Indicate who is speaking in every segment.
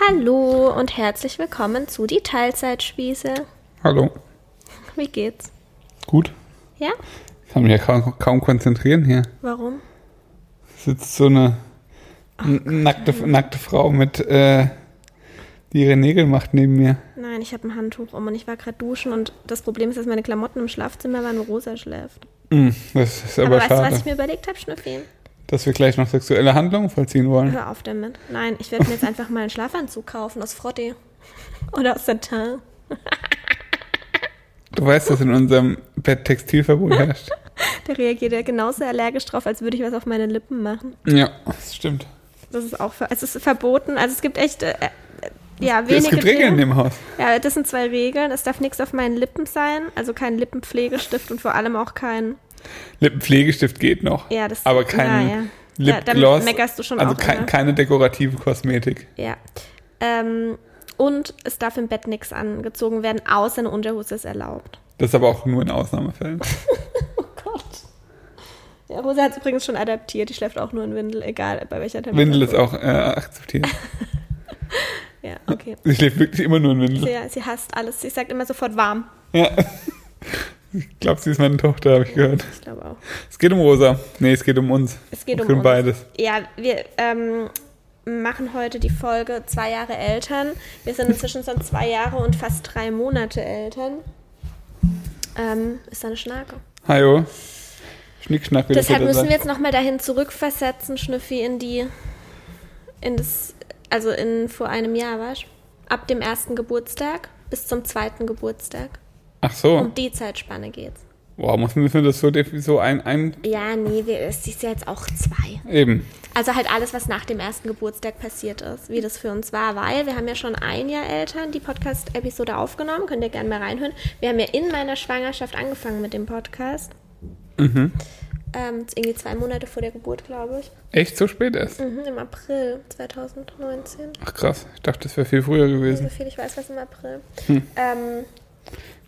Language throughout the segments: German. Speaker 1: Hallo und herzlich willkommen zu die Teilzeitspieße.
Speaker 2: Hallo.
Speaker 1: Wie geht's?
Speaker 2: Gut.
Speaker 1: Ja?
Speaker 2: Ich kann mich ja kaum, kaum konzentrieren hier.
Speaker 1: Warum?
Speaker 2: Sitzt so eine n- nackte, nackte Frau mit, äh, die ihre Nägel macht neben mir.
Speaker 1: Nein, ich habe ein Handtuch um und ich war gerade duschen und das Problem ist, dass meine Klamotten im Schlafzimmer waren, wo Rosa schläft.
Speaker 2: Hm, das ist aber,
Speaker 1: Aber, weißt du,
Speaker 2: schade,
Speaker 1: was ich mir überlegt habe, Schnüffi?
Speaker 2: dass wir gleich noch sexuelle Handlungen vollziehen wollen.
Speaker 1: Hör auf damit. Nein, ich werde mir jetzt einfach mal einen Schlafanzug kaufen aus Frotte oder aus Satin.
Speaker 2: Du weißt, dass in unserem Bett
Speaker 1: Mhm.
Speaker 2: Textilverbot herrscht.
Speaker 1: Da reagiert er genauso allergisch drauf, als würde ich was auf meine Lippen machen.
Speaker 2: Ja, das stimmt.
Speaker 1: Das ist auch ver es ist verboten. Also es gibt echt äh, äh, ja wenige
Speaker 2: es gibt Regeln
Speaker 1: Dinge.
Speaker 2: im Haus.
Speaker 1: Ja, das sind zwei Regeln. Es darf nichts auf meinen Lippen sein, also kein Lippenpflegestift und vor allem auch kein
Speaker 2: Lippenpflegestift geht noch.
Speaker 1: Ja, das
Speaker 2: aber kein
Speaker 1: naja. da
Speaker 2: Lipgloss.
Speaker 1: meckerst du schon
Speaker 2: also
Speaker 1: auch ne?
Speaker 2: kei-
Speaker 1: immer.
Speaker 2: keine dekorative Kosmetik.
Speaker 1: Ja. Ähm, und es darf im Bett nichts angezogen werden, außer eine Unterhose ist erlaubt.
Speaker 2: Das ist aber auch nur in Ausnahmefällen.
Speaker 1: Oh Gott. Ja, Rosa hat es übrigens schon adaptiert. Die schläft auch nur in Windel, egal bei welcher Temperatur.
Speaker 2: Windel ist auch äh, akzeptiert.
Speaker 1: Ja, okay.
Speaker 2: Sie schläft wirklich immer nur in Windel.
Speaker 1: Sie, sie hasst alles. Sie sagt immer sofort warm.
Speaker 2: Ja. Ich glaube, sie ist meine Tochter, habe ich gehört.
Speaker 1: Ich glaube auch.
Speaker 2: Es geht um Rosa. Nee, es geht um uns.
Speaker 1: Es geht
Speaker 2: Wir
Speaker 1: um
Speaker 2: können
Speaker 1: uns.
Speaker 2: beides.
Speaker 1: Ja, wir ähm, machen heute die Folge zwei Jahre Eltern. Wir sind inzwischen schon zwei Jahre und fast drei Monate Eltern. Ähm, ist da eine Schnarke?
Speaker 2: Hallo. oh. Schnickschnack wieder
Speaker 1: Deshalb müssen wir jetzt nochmal dahin zurückversetzen, Schnüffi, in die, in das, also in vor einem Jahr warst. Ab dem ersten Geburtstag bis zum zweiten Geburtstag.
Speaker 2: Ach so.
Speaker 1: Um die Zeitspanne geht's.
Speaker 2: Wow, müssen wir das so, def- so ein, ein.
Speaker 1: Ja, nee, wir, es ist ja jetzt auch zwei.
Speaker 2: Eben.
Speaker 1: Also halt alles, was nach dem ersten Geburtstag passiert ist, wie das für uns war, weil wir haben ja schon ein Jahr Eltern die Podcast-Episode aufgenommen, könnt ihr gerne mal reinhören. Wir haben ja in meiner Schwangerschaft angefangen mit dem Podcast. Ähm, irgendwie zwei Monate vor der Geburt, glaube ich.
Speaker 2: Echt so spät erst.
Speaker 1: Mhm, Im April 2019.
Speaker 2: Ach krass. Ich dachte, das wäre viel früher
Speaker 1: So
Speaker 2: gewesen.
Speaker 1: Also viel ich weiß, was im April. Ähm,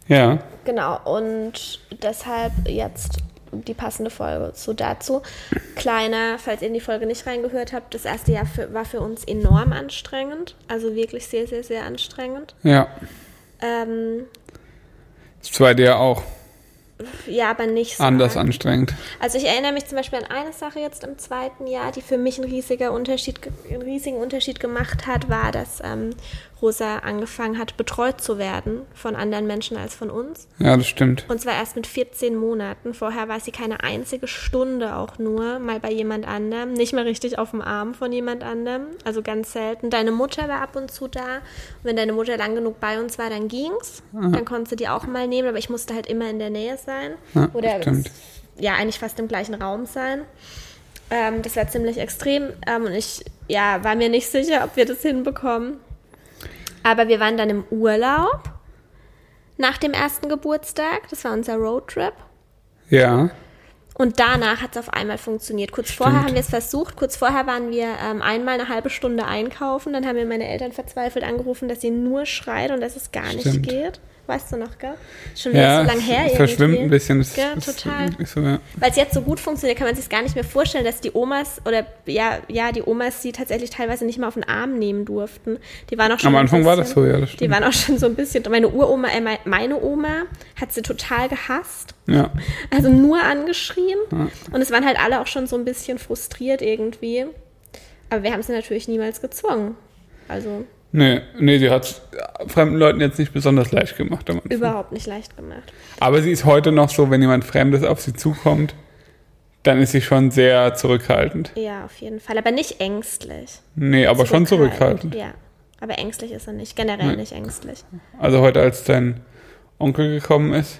Speaker 2: Ja.
Speaker 1: genau, und deshalb jetzt die passende Folge zu dazu. Kleiner, falls ihr in die Folge nicht reingehört habt, das erste Jahr für, war für uns enorm anstrengend. Also wirklich sehr, sehr, sehr anstrengend.
Speaker 2: Ja.
Speaker 1: Ähm,
Speaker 2: Das zweite Jahr auch.
Speaker 1: ja, aber nicht so
Speaker 2: Anders
Speaker 1: an-
Speaker 2: anstrengend.
Speaker 1: Also ich erinnere mich zum Beispiel an eine Sache jetzt im zweiten Jahr, die für mich einen, riesiger Unterschied, ge- einen riesigen Unterschied gemacht hat, war, dass ähm, Rosa angefangen hat, betreut zu werden von anderen Menschen als von uns.
Speaker 2: Ja, das stimmt.
Speaker 1: Und zwar erst mit 14 Monaten. Vorher war sie keine einzige Stunde auch nur mal bei jemand anderem. Nicht mal richtig auf dem Arm von jemand anderem. Also ganz selten. Deine Mutter war ab und zu da. Und wenn deine Mutter lang genug bei uns war, dann ging's. Dann konntest du die auch mal nehmen. Aber ich musste halt immer in der Nähe sein.
Speaker 2: Ja,
Speaker 1: Oder
Speaker 2: stimmt.
Speaker 1: ja, eigentlich fast im gleichen Raum sein. Ähm, das war ziemlich extrem. Ähm, und ich ja, war mir nicht sicher, ob wir das hinbekommen. Aber wir waren dann im Urlaub nach dem ersten Geburtstag. Das war unser Roadtrip.
Speaker 2: Ja.
Speaker 1: Und danach hat es auf einmal funktioniert. Kurz vorher haben wir es versucht. Kurz vorher waren wir ähm, einmal eine halbe Stunde einkaufen. Dann haben mir meine Eltern verzweifelt angerufen, dass sie nur schreit und dass es gar nicht
Speaker 2: Stimmt.
Speaker 1: geht. Weißt du noch, gell? Schon wieder
Speaker 2: Ja.
Speaker 1: so lange her.
Speaker 2: es verschwimmt
Speaker 1: irgendwie.
Speaker 2: ein bisschen. Das,
Speaker 1: Gell,
Speaker 2: das,
Speaker 1: total.
Speaker 2: Ist so, ja.
Speaker 1: Weil es jetzt so gut funktioniert, kann man sich gar nicht mehr vorstellen, dass die Omas oder ja, ja, die Omas sie tatsächlich teilweise nicht mal auf den Arm nehmen durften. Die waren auch schon
Speaker 2: Am
Speaker 1: ein
Speaker 2: Anfang war das
Speaker 1: bisschen-
Speaker 2: so, ja, das
Speaker 1: Die
Speaker 2: stimmt.
Speaker 1: waren auch schon so ein bisschen. Meine Uroma, äh, mei- meine Oma hat sie total gehasst.
Speaker 2: ja.
Speaker 1: Also nur angeschrien. Und es waren halt alle auch schon so ein bisschen frustriert irgendwie. Aber wir haben sie natürlich niemals gezwungen.
Speaker 2: Hm.
Speaker 1: Also
Speaker 2: Nee, nee, sie hat fremden Leuten jetzt nicht besonders leicht gemacht. am Anfang.
Speaker 1: überhaupt nicht leicht gemacht.
Speaker 2: Aber sie ist heute noch so, wenn jemand Fremdes auf sie zukommt, dann ist sie schon sehr zurückhaltend.
Speaker 1: Ja, auf jeden Fall. Aber nicht ängstlich.
Speaker 2: Nee, aber schon zurückhaltend.
Speaker 1: Ja. Aber ängstlich ist er nicht. Generell
Speaker 2: Nee.
Speaker 1: nicht ängstlich.
Speaker 2: Also heute, als dein Onkel gekommen ist,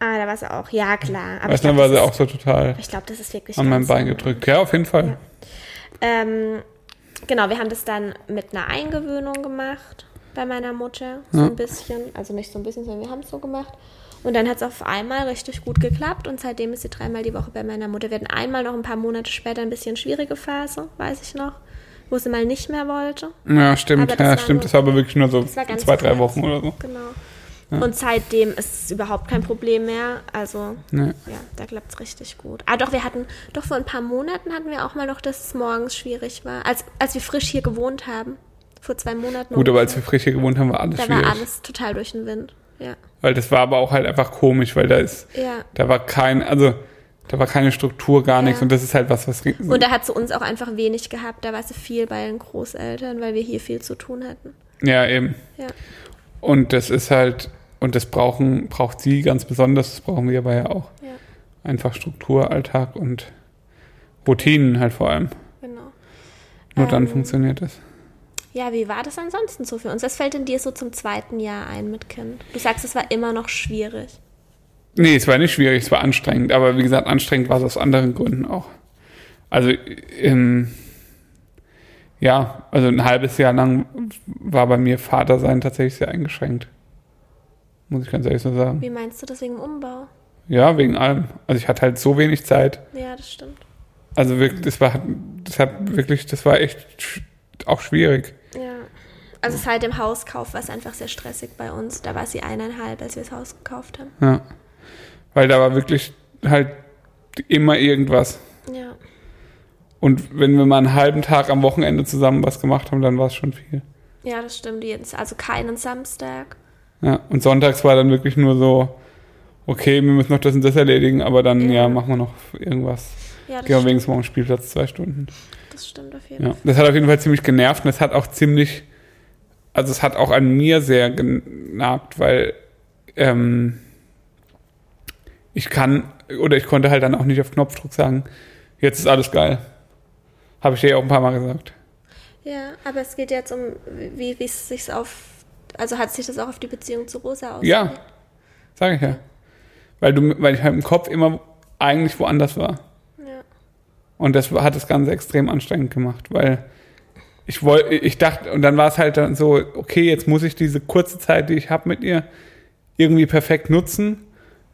Speaker 1: Ah, da war sie auch. Ja, klar. Aber
Speaker 2: weißt
Speaker 1: ich
Speaker 2: du,
Speaker 1: glaub,
Speaker 2: war
Speaker 1: das
Speaker 2: sie
Speaker 1: ist-
Speaker 2: auch so total
Speaker 1: Ich glaube, das ist wirklich
Speaker 2: an mein
Speaker 1: ganz
Speaker 2: Bein
Speaker 1: normal.
Speaker 2: gedrückt. Ja, auf jeden Fall.
Speaker 1: Ähm, genau, wir haben das dann mit einer Eingewöhnung gemacht bei meiner Mutter. So ein bisschen. Also nicht so ein bisschen, sondern wir haben es so gemacht. Und dann hat es auf einmal richtig gut geklappt und seitdem ist sie dreimal die Woche bei meiner Mutter. Wir hatten einmal noch ein paar Monate später ein bisschen schwierige Phase, weiß ich noch, wo sie mal nicht mehr wollte.
Speaker 2: Ja, stimmt,
Speaker 1: Aber das
Speaker 2: ja,
Speaker 1: war
Speaker 2: stimmt.
Speaker 1: nur-
Speaker 2: Das war aber wirklich nur so
Speaker 1: Das war ganz
Speaker 2: zwei, drei
Speaker 1: kurz.
Speaker 2: Wochen oder so.
Speaker 1: Genau. Und seitdem ist es überhaupt kein Problem mehr. Also
Speaker 2: Nee.
Speaker 1: Ja, da klappt es richtig gut. Ah, doch, wir hatten, doch vor ein paar Monaten hatten wir auch mal noch, dass es morgens schwierig war, als, als wir frisch hier gewohnt haben. vor zwei Monaten.
Speaker 2: Gut, aber als wir frisch hier gewohnt haben, war alles
Speaker 1: da
Speaker 2: schwierig.
Speaker 1: war alles total durch den Wind. Ja.
Speaker 2: Weil das war aber auch halt einfach komisch, weil da ist,
Speaker 1: Ja.
Speaker 2: da war kein, also da war keine Struktur, gar nichts und das ist halt was, was
Speaker 1: Und da hat sie uns auch einfach wenig gehabt. Da war sie viel bei den Großeltern, weil wir hier viel zu tun hatten.
Speaker 2: ja eben.
Speaker 1: Ja.
Speaker 2: Und das ist halt, und das brauchen, braucht sie ganz besonders, das brauchen wir aber ja auch.
Speaker 1: Ja.
Speaker 2: Einfach Struktur, Alltag und Routinen halt vor allem.
Speaker 1: Genau.
Speaker 2: Nur dann
Speaker 1: Ähm,
Speaker 2: funktioniert das.
Speaker 1: Ja, wie war das ansonsten so für uns? Was fällt denn dir so zum zweiten Jahr ein mit Kind? Du sagst, es war immer noch schwierig.
Speaker 2: Nee, es war nicht schwierig, es war anstrengend. Aber wie gesagt, anstrengend war es aus anderen Gründen auch. Also, ähm, ja, also ein halbes Jahr lang war bei mir Vatersein tatsächlich sehr eingeschränkt. Muss ich ganz ehrlich so sagen.
Speaker 1: Wie meinst du das wegen dem Umbau?
Speaker 2: Ja, wegen allem. Also ich hatte halt so wenig Zeit.
Speaker 1: Ja, das stimmt.
Speaker 2: Also wirklich, das war, das hat wirklich, das war echt sch- auch schwierig.
Speaker 1: Ja. Also seit dem Hauskauf war es einfach sehr stressig bei uns. Da war sie eineinhalb, als wir das Haus gekauft haben.
Speaker 2: Ja. Weil da war wirklich halt immer irgendwas.
Speaker 1: Ja.
Speaker 2: Und wenn wir mal einen halben Tag am Wochenende zusammen was gemacht haben, dann war es schon viel.
Speaker 1: Ja, das stimmt. Jetzt. Also keinen Samstag.
Speaker 2: Ja, und sonntags war dann wirklich nur so, okay, wir müssen noch das und das erledigen, aber dann, ja,
Speaker 1: Ja.
Speaker 2: machen wir noch irgendwas.
Speaker 1: Ja, das,
Speaker 2: Gehen wir
Speaker 1: stimmt,
Speaker 2: wenigstens morgen Spielplatz zwei Stunden.
Speaker 1: das stimmt auf jeden
Speaker 2: Ja, das hat auf jeden Fall ziemlich genervt und es hat auch ziemlich, also es hat auch an mir sehr genagt, weil ähm, ich kann oder ich konnte halt dann auch nicht auf Knopfdruck sagen, jetzt ist alles geil. Habe ich dir ja auch ein paar Mal gesagt.
Speaker 1: Fall. Ja, aber es geht jetzt um, wie wie es sich auf. Also hat sich das auch auf die Beziehung zu Rosa ausgewirkt?
Speaker 2: Ja, sage ich ja. Weil, du, weil ich halt im Kopf immer eigentlich woanders war.
Speaker 1: Ja.
Speaker 2: Und das hat das Ganze extrem anstrengend gemacht, weil ich wollte, ich dachte, und dann war es halt dann so, okay, jetzt muss ich diese kurze Zeit, die ich habe mit ihr, irgendwie perfekt nutzen.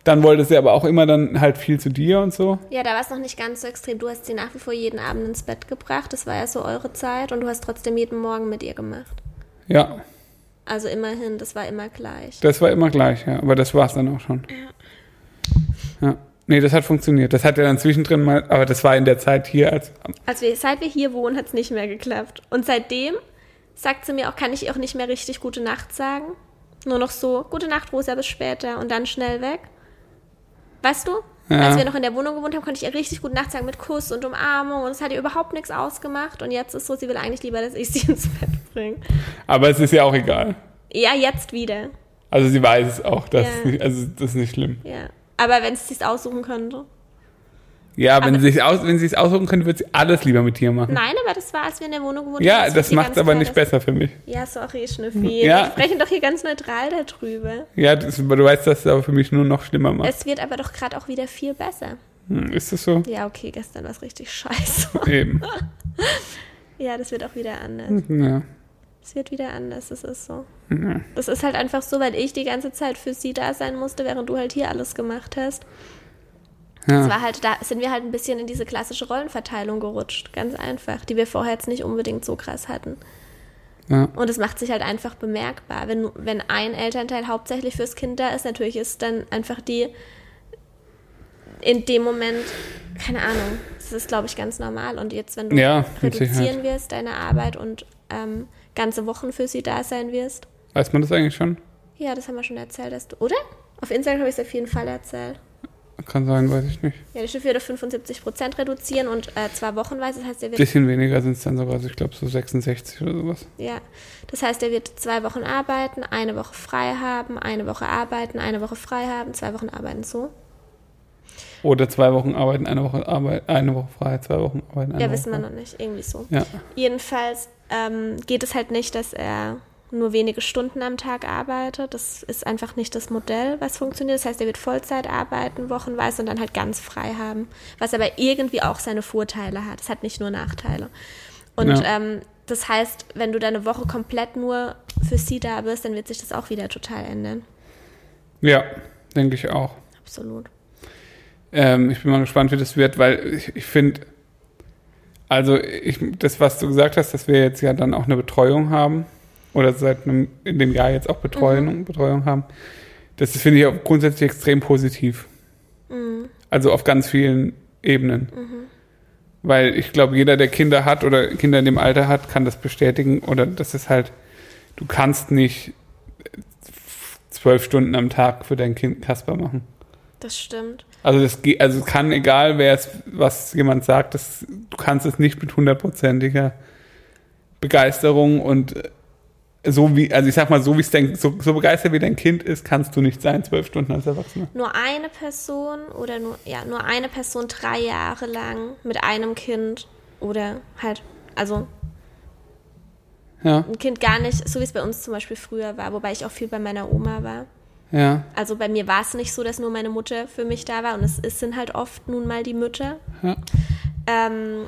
Speaker 2: Dann wollte sie aber auch immer dann halt viel zu dir und so.
Speaker 1: Ja, da war es noch nicht ganz so extrem. Du hast sie nach wie vor jeden Abend ins Bett gebracht. Das war ja so eure Zeit und du hast trotzdem jeden Morgen mit ihr gemacht.
Speaker 2: Ja,
Speaker 1: Also immerhin, das war immer gleich.
Speaker 2: das war immer gleich, ja. Aber das war es dann auch schon. Ja. Nee, das hat funktioniert. Das hat ja dann zwischendrin mal, aber das war in der Zeit hier, als
Speaker 1: Als wir, seit wir hier wohnen, hat es nicht mehr geklappt. Und seitdem sagt sie mir auch, kann ich ihr auch nicht mehr richtig gute Nacht sagen. Nur noch so, gute Nacht, Rosa, bis später und dann schnell weg. Weißt du?
Speaker 2: Ja.
Speaker 1: Als wir noch in der Wohnung gewohnt haben, konnte ich ihr richtig gute Nacht sagen mit Kuss und Umarmung und es hat ihr überhaupt nichts ausgemacht. Und jetzt ist so, sie will eigentlich lieber, dass ich sie ins Bett bringe.
Speaker 2: aber es ist ja auch egal.
Speaker 1: Ja, jetzt wieder.
Speaker 2: Also sie weiß es auch, dass
Speaker 1: Ja.
Speaker 2: es nicht, also das ist nicht schlimm.
Speaker 1: Ja. Aber wenn es sich aussuchen könnte.
Speaker 2: Ja, wenn sie es aus, wenn sie es aussuchen könnte, würde sie alles lieber mit dir machen.
Speaker 1: Nein, aber das war, als wir in der Wohnung gewohnt
Speaker 2: Ja,
Speaker 1: haben,
Speaker 2: das
Speaker 1: die
Speaker 2: macht es
Speaker 1: ganz
Speaker 2: aber
Speaker 1: klar,
Speaker 2: nicht
Speaker 1: dass-
Speaker 2: besser für mich.
Speaker 1: Ja, sorry, Schnüffi.
Speaker 2: Ja.
Speaker 1: Wir sprechen doch hier ganz neutral darüber.
Speaker 2: Ja, das, aber du weißt, dass es aber für mich nur noch schlimmer macht.
Speaker 1: Es wird aber doch gerade auch wieder viel besser.
Speaker 2: Hm, Ist das so?
Speaker 1: Ja, okay, gestern war es richtig scheiße.
Speaker 2: Eben.
Speaker 1: ja, das wird auch wieder anders.
Speaker 2: Ja.
Speaker 1: Es wird wieder anders, das ist so.
Speaker 2: Ja.
Speaker 1: Das ist halt einfach so, weil ich die ganze Zeit für sie da sein musste, während du halt hier alles gemacht hast. Es
Speaker 2: Ja.
Speaker 1: war halt, da sind wir halt ein bisschen in diese klassische Rollenverteilung gerutscht. Ganz einfach, die wir vorher jetzt nicht unbedingt so krass hatten.
Speaker 2: Ja.
Speaker 1: Und es macht sich halt einfach bemerkbar. Wenn, wenn ein Elternteil hauptsächlich fürs Kind da ist, natürlich ist dann einfach die in dem Moment, keine Ahnung, das ist, glaube ich, ganz normal. Und jetzt, wenn du
Speaker 2: Ja, mit Sicherheit.
Speaker 1: reduzieren wirst, deine Arbeit und ähm, ganze Wochen für sie da sein wirst.
Speaker 2: Weiß man das eigentlich schon?
Speaker 1: Ja, das haben wir schon erzählt, dass du, oder? Auf Instagram habe ich es auf jeden Fall erzählt.
Speaker 2: Kann sein, weiß ich nicht.
Speaker 1: Ja, die Schiffe wird auf 75% reduzieren und äh, zwar wochenweise, das heißt, er wird
Speaker 2: Bisschen weniger sind es dann sogar, also ich glaube so 66 oder sowas.
Speaker 1: Ja, das heißt, er wird zwei Wochen arbeiten, eine Woche frei haben, eine Woche arbeiten, eine Woche frei haben, zwei Wochen arbeiten, so.
Speaker 2: Oder zwei Wochen arbeiten, eine Woche Arbeit, eine Woche frei, zwei Wochen arbeiten. Eine
Speaker 1: ja,
Speaker 2: Woche
Speaker 1: wissen wir
Speaker 2: frei.
Speaker 1: noch nicht, irgendwie so.
Speaker 2: Ja,
Speaker 1: Jedenfalls ähm, geht es halt nicht, dass er nur wenige Stunden am Tag arbeitet. Das ist einfach nicht das Modell, was funktioniert. Das heißt, er wird Vollzeit arbeiten, wochenweise und dann halt ganz frei haben, was aber irgendwie auch seine Vorteile hat. Es hat nicht nur Nachteile. Und
Speaker 2: Ja.
Speaker 1: ähm, das heißt, wenn du deine Woche komplett nur für sie da bist, dann wird sich das auch wieder total ändern.
Speaker 2: ja denke ich auch.
Speaker 1: Absolut.
Speaker 2: Ähm, ich bin mal gespannt, wie das wird, weil ich, ich finde, also ich, das, was du gesagt hast, dass wir jetzt ja dann auch eine Betreuung haben oder seit einem, in dem Jahr jetzt auch Betreuung, Betreuung haben, das ist, finde ich auch grundsätzlich extrem positiv. Also auf ganz vielen Ebenen. Weil ich glaube, jeder, der Kinder hat oder Kinder in dem Alter hat, kann das bestätigen. Oder das ist halt, du kannst nicht zwölf Stunden am Tag für dein Kind Kasper machen.
Speaker 1: Das stimmt.
Speaker 2: Also das geht, also es kann, egal wer es, was jemand sagt, das, du kannst es nicht mit hundertprozentiger Begeisterung und äh, so wie, also ich sag mal, so wie es dein, so, so begeistert wie dein Kind ist, kannst du nicht sein, zwölf Stunden als Erwachsener.
Speaker 1: Nur eine Person oder nur, ja, nur eine Person drei Jahre lang mit einem Kind oder halt, also
Speaker 2: Ja,
Speaker 1: ein Kind gar nicht, so wie es bei uns zum Beispiel früher war, wobei ich auch viel bei meiner Oma war.
Speaker 2: ja,
Speaker 1: Also bei mir war es nicht so, dass nur meine Mutter für mich da war und es ist, sind halt oft nun mal die Mütter.
Speaker 2: ja.
Speaker 1: Ähm,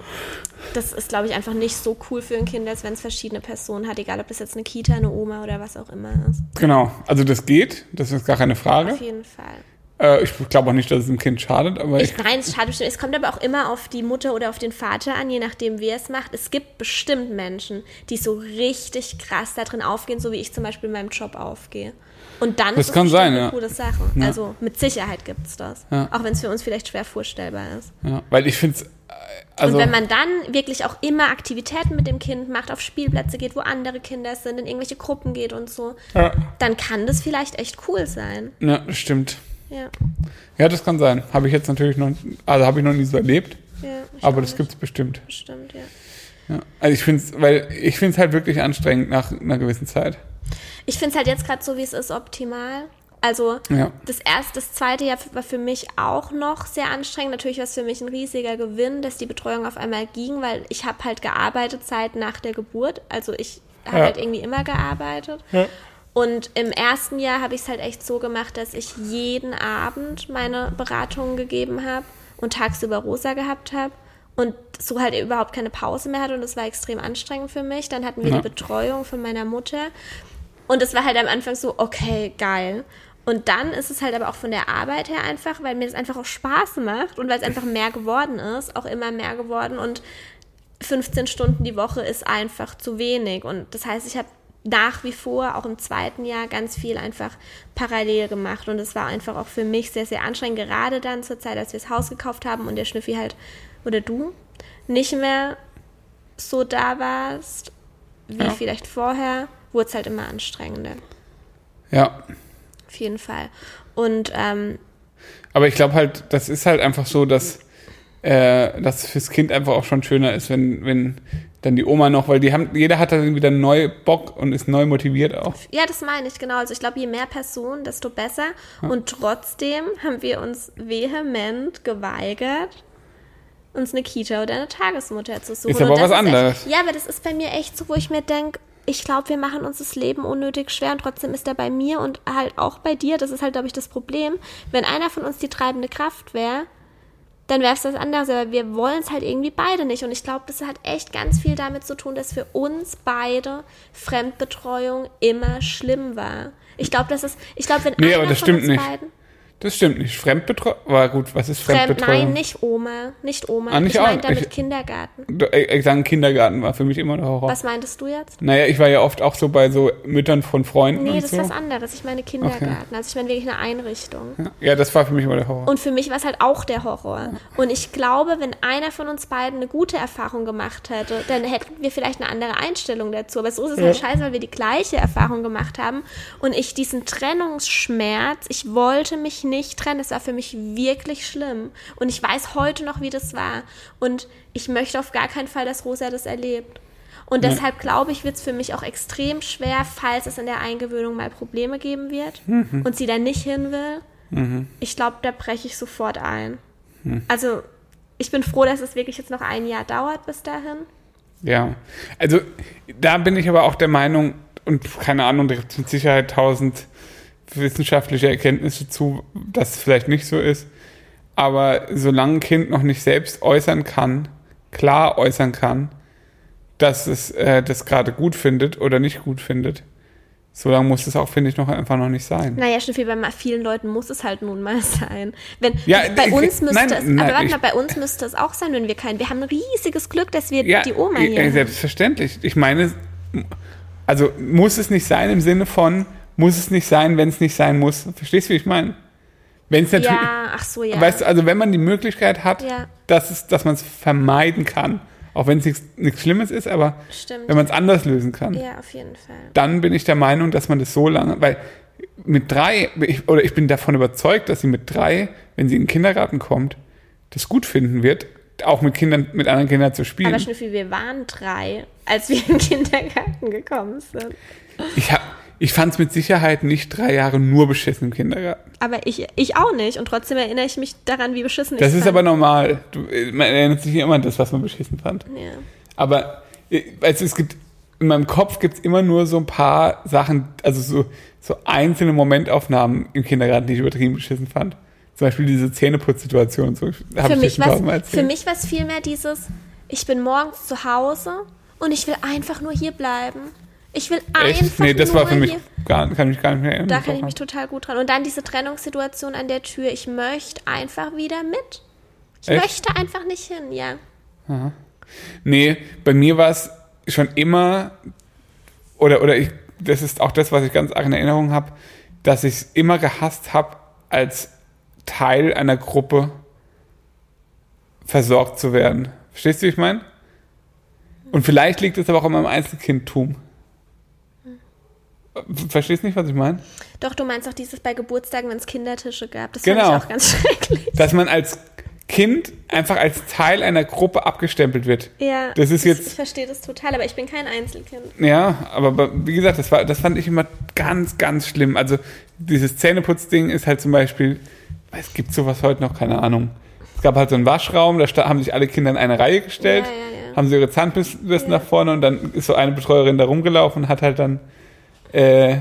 Speaker 1: das ist, glaube ich, einfach nicht so cool für ein Kind, als wenn es verschiedene Personen hat, egal ob das jetzt eine Kita, eine Oma oder was auch immer ist.
Speaker 2: Genau. Also das geht, das ist gar keine Frage.
Speaker 1: Auf jeden Fall.
Speaker 2: Äh, ich glaube auch nicht, dass es dem Kind schadet, aber ich,
Speaker 1: Ich, nein, es schadet bestimmt. Es kommt aber auch immer auf die Mutter oder auf den Vater an, je nachdem, wer es macht. Es gibt bestimmt Menschen, die so richtig krass da drin aufgehen, so wie ich zum Beispiel in meinem Job aufgehe. Und dann
Speaker 2: Das
Speaker 1: ist es
Speaker 2: kann
Speaker 1: bestimmt
Speaker 2: sein,
Speaker 1: eine
Speaker 2: ja.
Speaker 1: coole Sache.
Speaker 2: Ja.
Speaker 1: Also mit Sicherheit gibt es das.
Speaker 2: Ja.
Speaker 1: Auch wenn es für uns vielleicht schwer vorstellbar ist.
Speaker 2: ja, weil ich finde es, also
Speaker 1: und wenn man dann wirklich auch immer Aktivitäten mit dem Kind macht, auf Spielplätze geht, wo andere Kinder sind, in irgendwelche Gruppen geht und so,
Speaker 2: ja,
Speaker 1: dann kann das vielleicht echt cool sein.
Speaker 2: ja, das stimmt.
Speaker 1: Ja,
Speaker 2: Ja, das kann sein. Habe ich jetzt natürlich noch, also habe ich noch nie so erlebt,
Speaker 1: ja. ich
Speaker 2: aber
Speaker 1: auch
Speaker 2: das
Speaker 1: nicht.
Speaker 2: gibt's bestimmt.
Speaker 1: bestimmt, ja.
Speaker 2: Ja. Also ich finde es, weil ich finde es halt wirklich anstrengend nach einer gewissen Zeit.
Speaker 1: Ich finde es halt jetzt gerade so, wie es ist, optimal. Also
Speaker 2: Ja.
Speaker 1: das erste, das zweite Jahr war für mich auch noch sehr anstrengend. Natürlich war es für mich ein riesiger Gewinn, dass die Betreuung auf einmal ging, weil ich habe halt gearbeitet Zeit nach der Geburt. Also ich habe
Speaker 2: Ja.
Speaker 1: halt irgendwie immer gearbeitet. Und im ersten Jahr habe ich es halt echt so gemacht, dass ich jeden Abend meine Beratungen gegeben habe und tagsüber Rosa gehabt habe und so halt überhaupt keine Pause mehr hatte und das war extrem anstrengend für mich. Dann hatten wir
Speaker 2: Ja.
Speaker 1: die Betreuung von meiner Mutter und es war halt am Anfang so, okay, geil. Und dann ist es halt aber auch von der Arbeit her einfach, weil mir das einfach auch Spaß macht und weil es einfach mehr geworden ist, auch immer mehr geworden und 15 Stunden die Woche ist einfach zu wenig. Und das heißt, ich habe nach wie vor, auch im zweiten Jahr, ganz viel einfach parallel gemacht. Und es war einfach auch für mich sehr, sehr anstrengend, gerade dann zur Zeit, als wir das Haus gekauft haben und der Schnüffi halt, oder du, nicht mehr so da warst, wie
Speaker 2: Ja.
Speaker 1: vielleicht vorher, wurde es halt immer anstrengender.
Speaker 2: Ja.
Speaker 1: Auf jeden Fall. Und ähm,
Speaker 2: Aber ich glaube halt, das ist halt einfach so, dass äh, das fürs Kind einfach auch schon schöner ist, wenn, wenn dann die Oma noch, weil die haben, jeder hat dann wieder neu Bock und ist neu motiviert auch.
Speaker 1: Ja, das meine ich, genau. Also ich glaube, je mehr Personen, desto besser. Und trotzdem haben wir uns vehement geweigert, uns eine Kita oder eine Tagesmutter zu suchen.
Speaker 2: Ist aber
Speaker 1: Und das
Speaker 2: was
Speaker 1: echt-
Speaker 2: anderes.
Speaker 1: Ja, aber das ist bei mir echt so, wo ich mir denke, ich glaube, wir machen uns das Leben unnötig schwer und trotzdem ist er bei mir und halt auch bei dir. Das ist halt, glaube ich, das Problem. Wenn einer von uns die treibende Kraft wäre, dann wäre es was anderes. Aber wir wollen es halt irgendwie beide nicht. Und ich glaube, das hat echt ganz viel damit zu tun, dass für uns beide Fremdbetreuung immer schlimm war. Ich glaube, das ist, ich glaube, wenn
Speaker 2: Nee,
Speaker 1: einer
Speaker 2: aber das
Speaker 1: von
Speaker 2: stimmt
Speaker 1: uns
Speaker 2: nicht.
Speaker 1: beiden
Speaker 2: Das stimmt nicht. Fremdbetreuung, war gut, was ist
Speaker 1: Fremd, nein,
Speaker 2: Fremdbetreuung?
Speaker 1: nicht Oma, nicht Oma.
Speaker 2: Ah, nicht
Speaker 1: ich meine
Speaker 2: auch.
Speaker 1: damit
Speaker 2: Ich-
Speaker 1: Kindergarten.
Speaker 2: Du- äh, Ich, ich sage, Kindergarten war für mich immer der Horror.
Speaker 1: Was meintest du jetzt?
Speaker 2: Naja, ich war ja oft auch so bei so Müttern von Freunden
Speaker 1: Nee,
Speaker 2: und
Speaker 1: das
Speaker 2: so.
Speaker 1: ist was anderes. Ich meine Kindergarten. Also ich meine wirklich eine Einrichtung.
Speaker 2: ja, das war für mich immer der Horror.
Speaker 1: Und für mich war es halt auch der Horror. Und ich glaube, wenn einer von uns beiden eine gute Erfahrung gemacht hätte, dann hätten wir vielleicht eine andere Einstellung dazu. Aber so ist es halt scheiße, weil wir die gleiche Erfahrung gemacht haben. Und ich diesen Trennungsschmerz, ich wollte mich nicht trennen. Das war für mich wirklich schlimm. Und ich weiß heute noch, wie das war. Und ich möchte auf gar keinen Fall, dass Rosa das erlebt. Und deshalb glaube ich, wird es für mich auch extrem schwer, falls es in der Eingewöhnung mal Probleme geben wird und sie da nicht hin will. Ich glaube, da breche ich sofort ein.
Speaker 2: Hm.
Speaker 1: Also, ich bin froh, dass es wirklich jetzt noch ein Jahr dauert bis dahin.
Speaker 2: Ja, also da bin ich aber auch der Meinung, und keine Ahnung, da gibt es mit Sicherheit tausend wissenschaftliche Erkenntnisse zu, dass es vielleicht nicht so ist. Aber solange ein Kind noch nicht selbst äußern kann, klar äußern kann, dass es äh, das gerade gut findet oder nicht gut findet, solange muss es auch, finde ich, noch einfach noch nicht sein.
Speaker 1: Naja, schon viel bei ma- vielen Leuten muss es halt nun mal sein. Wenn,
Speaker 2: Ja,
Speaker 1: bei
Speaker 2: ich-
Speaker 1: uns müsste
Speaker 2: nein,
Speaker 1: es,
Speaker 2: nein,
Speaker 1: aber warte
Speaker 2: ich-
Speaker 1: mal, bei uns müsste es auch sein, wenn wir keinen. Wir haben ein riesiges Glück, dass wir die Oma
Speaker 2: äh,
Speaker 1: hier
Speaker 2: äh,
Speaker 1: haben.
Speaker 2: Selbstverständlich. Ich meine, also muss es nicht sein im Sinne von, muss es nicht sein, wenn es nicht sein muss. Verstehst du, wie ich meine? Wenn es natürlich,
Speaker 1: Ja, ach so, ja.
Speaker 2: weißt du, also wenn man die Möglichkeit hat,
Speaker 1: Ja.
Speaker 2: dass, es, dass man es vermeiden kann, auch wenn es nichts Schlimmes ist, aber
Speaker 1: Stimmt.
Speaker 2: wenn man es anders lösen kann,
Speaker 1: ja, auf jeden Fall.
Speaker 2: dann bin ich der Meinung, dass man das so lange, weil mit drei, ich, oder ich bin davon überzeugt, dass sie mit drei, wenn sie in den Kindergarten kommt, das gut finden wird, auch mit Kindern, mit anderen Kindern zu
Speaker 1: Aber
Speaker 2: spielen.
Speaker 1: Schnüffi, wir waren drei, als wir in den Kindergarten gekommen sind.
Speaker 2: Ich hab, ich fand es mit Sicherheit nicht drei Jahre nur beschissen im Kindergarten.
Speaker 1: Aber ich, ich auch nicht. Und trotzdem erinnere ich mich daran, wie beschissen
Speaker 2: Das
Speaker 1: ich
Speaker 2: ist aber normal. Du, man erinnert sich immer an das, was man beschissen fand.
Speaker 1: Ja.
Speaker 2: Aber äh, also es gibt, in meinem Kopf gibt es immer nur so ein paar Sachen, also so, so einzelne Momentaufnahmen im Kindergarten, die ich übertrieben beschissen fand. Zum Beispiel diese Zähneputzsituation. und So, hab
Speaker 1: Für
Speaker 2: ich dir
Speaker 1: mich
Speaker 2: schon tausendmal
Speaker 1: was,
Speaker 2: erzählt.
Speaker 1: für mich was viel mehr dieses, ich bin morgens zu Hause und ich will einfach nur hier bleiben. Ich will
Speaker 2: Echt?
Speaker 1: einfach
Speaker 2: Nee, das
Speaker 1: nur
Speaker 2: war für mich
Speaker 1: hier.
Speaker 2: gar, kann mich gar nicht mehr erinnern.
Speaker 1: Da kann ich mich total gut dran. Und dann diese Trennungssituation an der Tür. Ich möchte einfach wieder mit. Ich
Speaker 2: Echt?
Speaker 1: möchte einfach nicht hin, ja.
Speaker 2: Nee, bei mir war es schon immer, oder, oder ich, das ist auch das, was ich ganz arg in Erinnerung habe, dass ich es immer gehasst habe, als Teil einer Gruppe versorgt zu werden. Verstehst du, wie ich meine? Und vielleicht liegt es aber auch an meinem Einzelkindtum. Verstehst du nicht, was ich meine?
Speaker 1: Doch, du meinst auch dieses bei Geburtstagen, wenn es Kindertische gab. Das
Speaker 2: Genau.
Speaker 1: fand ich auch ganz schrecklich.
Speaker 2: Dass man als Kind einfach als Teil einer Gruppe abgestempelt wird.
Speaker 1: Ja.
Speaker 2: Das ist jetzt-
Speaker 1: Ich verstehe das total, aber ich bin kein Einzelkind.
Speaker 2: Ja, aber be- wie gesagt, das, war, das fand ich immer ganz, ganz schlimm. Also dieses Zähneputzding ist halt zum Beispiel, es gibt sowas heute noch, keine Ahnung. Es gab halt so einen Waschraum, da sta- haben sich alle Kinder in eine Reihe gestellt,
Speaker 1: Ja, ja, ja.
Speaker 2: haben sie ihre Zahnbürsten nach vorne und dann ist so eine Betreuerin da rumgelaufen und hat halt dann äh,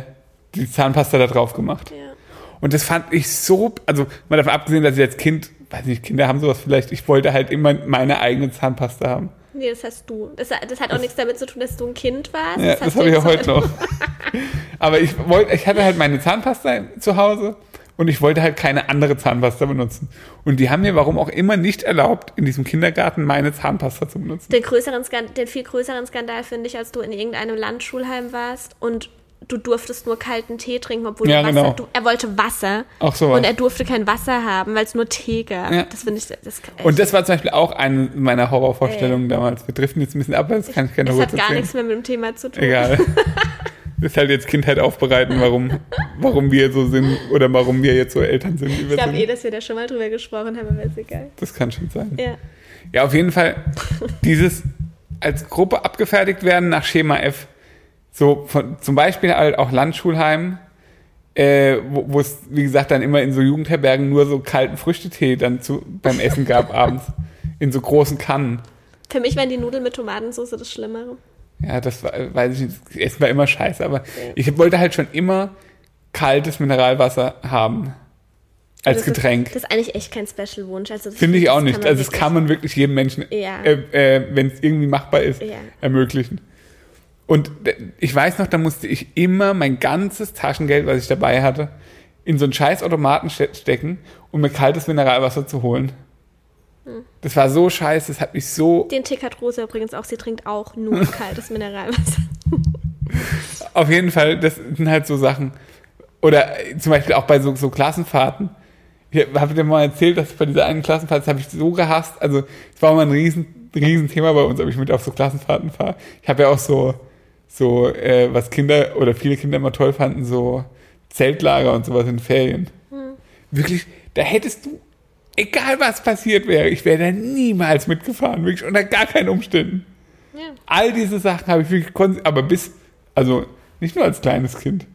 Speaker 2: die Zahnpasta da drauf gemacht.
Speaker 1: Ja.
Speaker 2: Und das fand ich so, also mal davon abgesehen, dass ich als Kind, weiß nicht, Kinder haben sowas vielleicht, ich wollte halt immer meine eigene Zahnpasta haben.
Speaker 1: Nee, das hast du. Das, das hat auch nichts damit zu tun, dass du ein Kind warst.
Speaker 2: Ja,
Speaker 1: hat
Speaker 2: das habe ich ja
Speaker 1: nichts
Speaker 2: heute
Speaker 1: damit-
Speaker 2: noch. Aber ich wollte, ich hatte halt meine Zahnpasta zu Hause und ich wollte halt keine andere Zahnpasta benutzen. Und die haben mir warum auch immer nicht erlaubt, in diesem Kindergarten meine Zahnpasta zu benutzen.
Speaker 1: Den, größeren Skandal, den viel größeren Skandal finde ich, als du in irgendeinem Landschulheim warst und du durftest nur kalten Tee trinken, obwohl
Speaker 2: Ja,
Speaker 1: du Wasser,
Speaker 2: genau.
Speaker 1: du, er wollte Wasser
Speaker 2: Auch sowas.
Speaker 1: und er durfte kein Wasser haben, weil es nur Tee gab.
Speaker 2: Ja.
Speaker 1: Das finde ich, das kann
Speaker 2: Und das war zum Beispiel auch eine meiner Horrorvorstellungen damals. Wir driften jetzt ein bisschen ab, weil das kann ich gerne
Speaker 1: das
Speaker 2: noch
Speaker 1: hat
Speaker 2: kurz
Speaker 1: gar
Speaker 2: erzählen.
Speaker 1: nichts mehr mit dem Thema zu tun.
Speaker 2: Egal. Das ist halt jetzt Kindheit aufbereiten, warum, warum wir so sind oder warum wir jetzt so Eltern sind. Wie wir
Speaker 1: Ich glaube eh,
Speaker 2: sind.
Speaker 1: dass wir da schon mal drüber gesprochen haben, aber ist egal.
Speaker 2: Das kann schon sein.
Speaker 1: Ja.
Speaker 2: Ja, auf jeden Fall dieses als Gruppe abgefertigt werden nach Schema F. So von, zum Beispiel halt auch Landschulheim, äh, wo wo es, wie gesagt, dann immer in so Jugendherbergen nur so kalten Früchtetee dann zu, beim Essen gab abends. In so großen Kannen.
Speaker 1: Für mich wären die Nudeln mit Tomatensauce das Schlimmere.
Speaker 2: Ja, das war, weiß ich nicht, das Essen war immer scheiße, aber ich wollte halt schon immer kaltes Mineralwasser haben. Als
Speaker 1: das
Speaker 2: Getränk.
Speaker 1: Also Ist, das ist eigentlich echt kein Special-Wunsch. Also das-
Speaker 2: Finde ich auch
Speaker 1: das
Speaker 2: nicht.
Speaker 1: man
Speaker 2: Also das
Speaker 1: wirklich-
Speaker 2: kann man wirklich jedem Menschen,
Speaker 1: Ja.
Speaker 2: äh, äh, wenn es irgendwie machbar ist,
Speaker 1: Ja.
Speaker 2: ermöglichen. Und d- ich weiß noch, da musste ich immer mein ganzes Taschengeld, was ich dabei hatte, in so einen scheiß Automaten ste stecken, um mir kaltes Mineralwasser zu holen.
Speaker 1: Hm.
Speaker 2: Das war so scheiße, das hat mich so...
Speaker 1: Den Tick hat Rosa übrigens auch. Sie trinkt auch nur kaltes Mineralwasser.
Speaker 2: Auf jeden Fall, das sind halt so Sachen. Oder äh, zum Beispiel auch bei so, so Klassenfahrten. Ich habe dir mal erzählt, dass bei dieser einen Klassenfahrt, das habe ich so gehasst. Also es war immer ein riesen, riesen Thema bei uns, ob ich mit auf so Klassenfahrten fahre. Ich habe ja auch so, so äh, was Kinder oder viele Kinder immer toll fanden, so Zeltlager und sowas in Ferien. Wirklich, da hättest du, egal was passiert wäre, ich wäre da niemals mitgefahren, wirklich unter gar keinen Umständen.
Speaker 1: Ja.
Speaker 2: All diese Sachen habe ich wirklich konse- aber bis, also nicht nur als kleines Kind,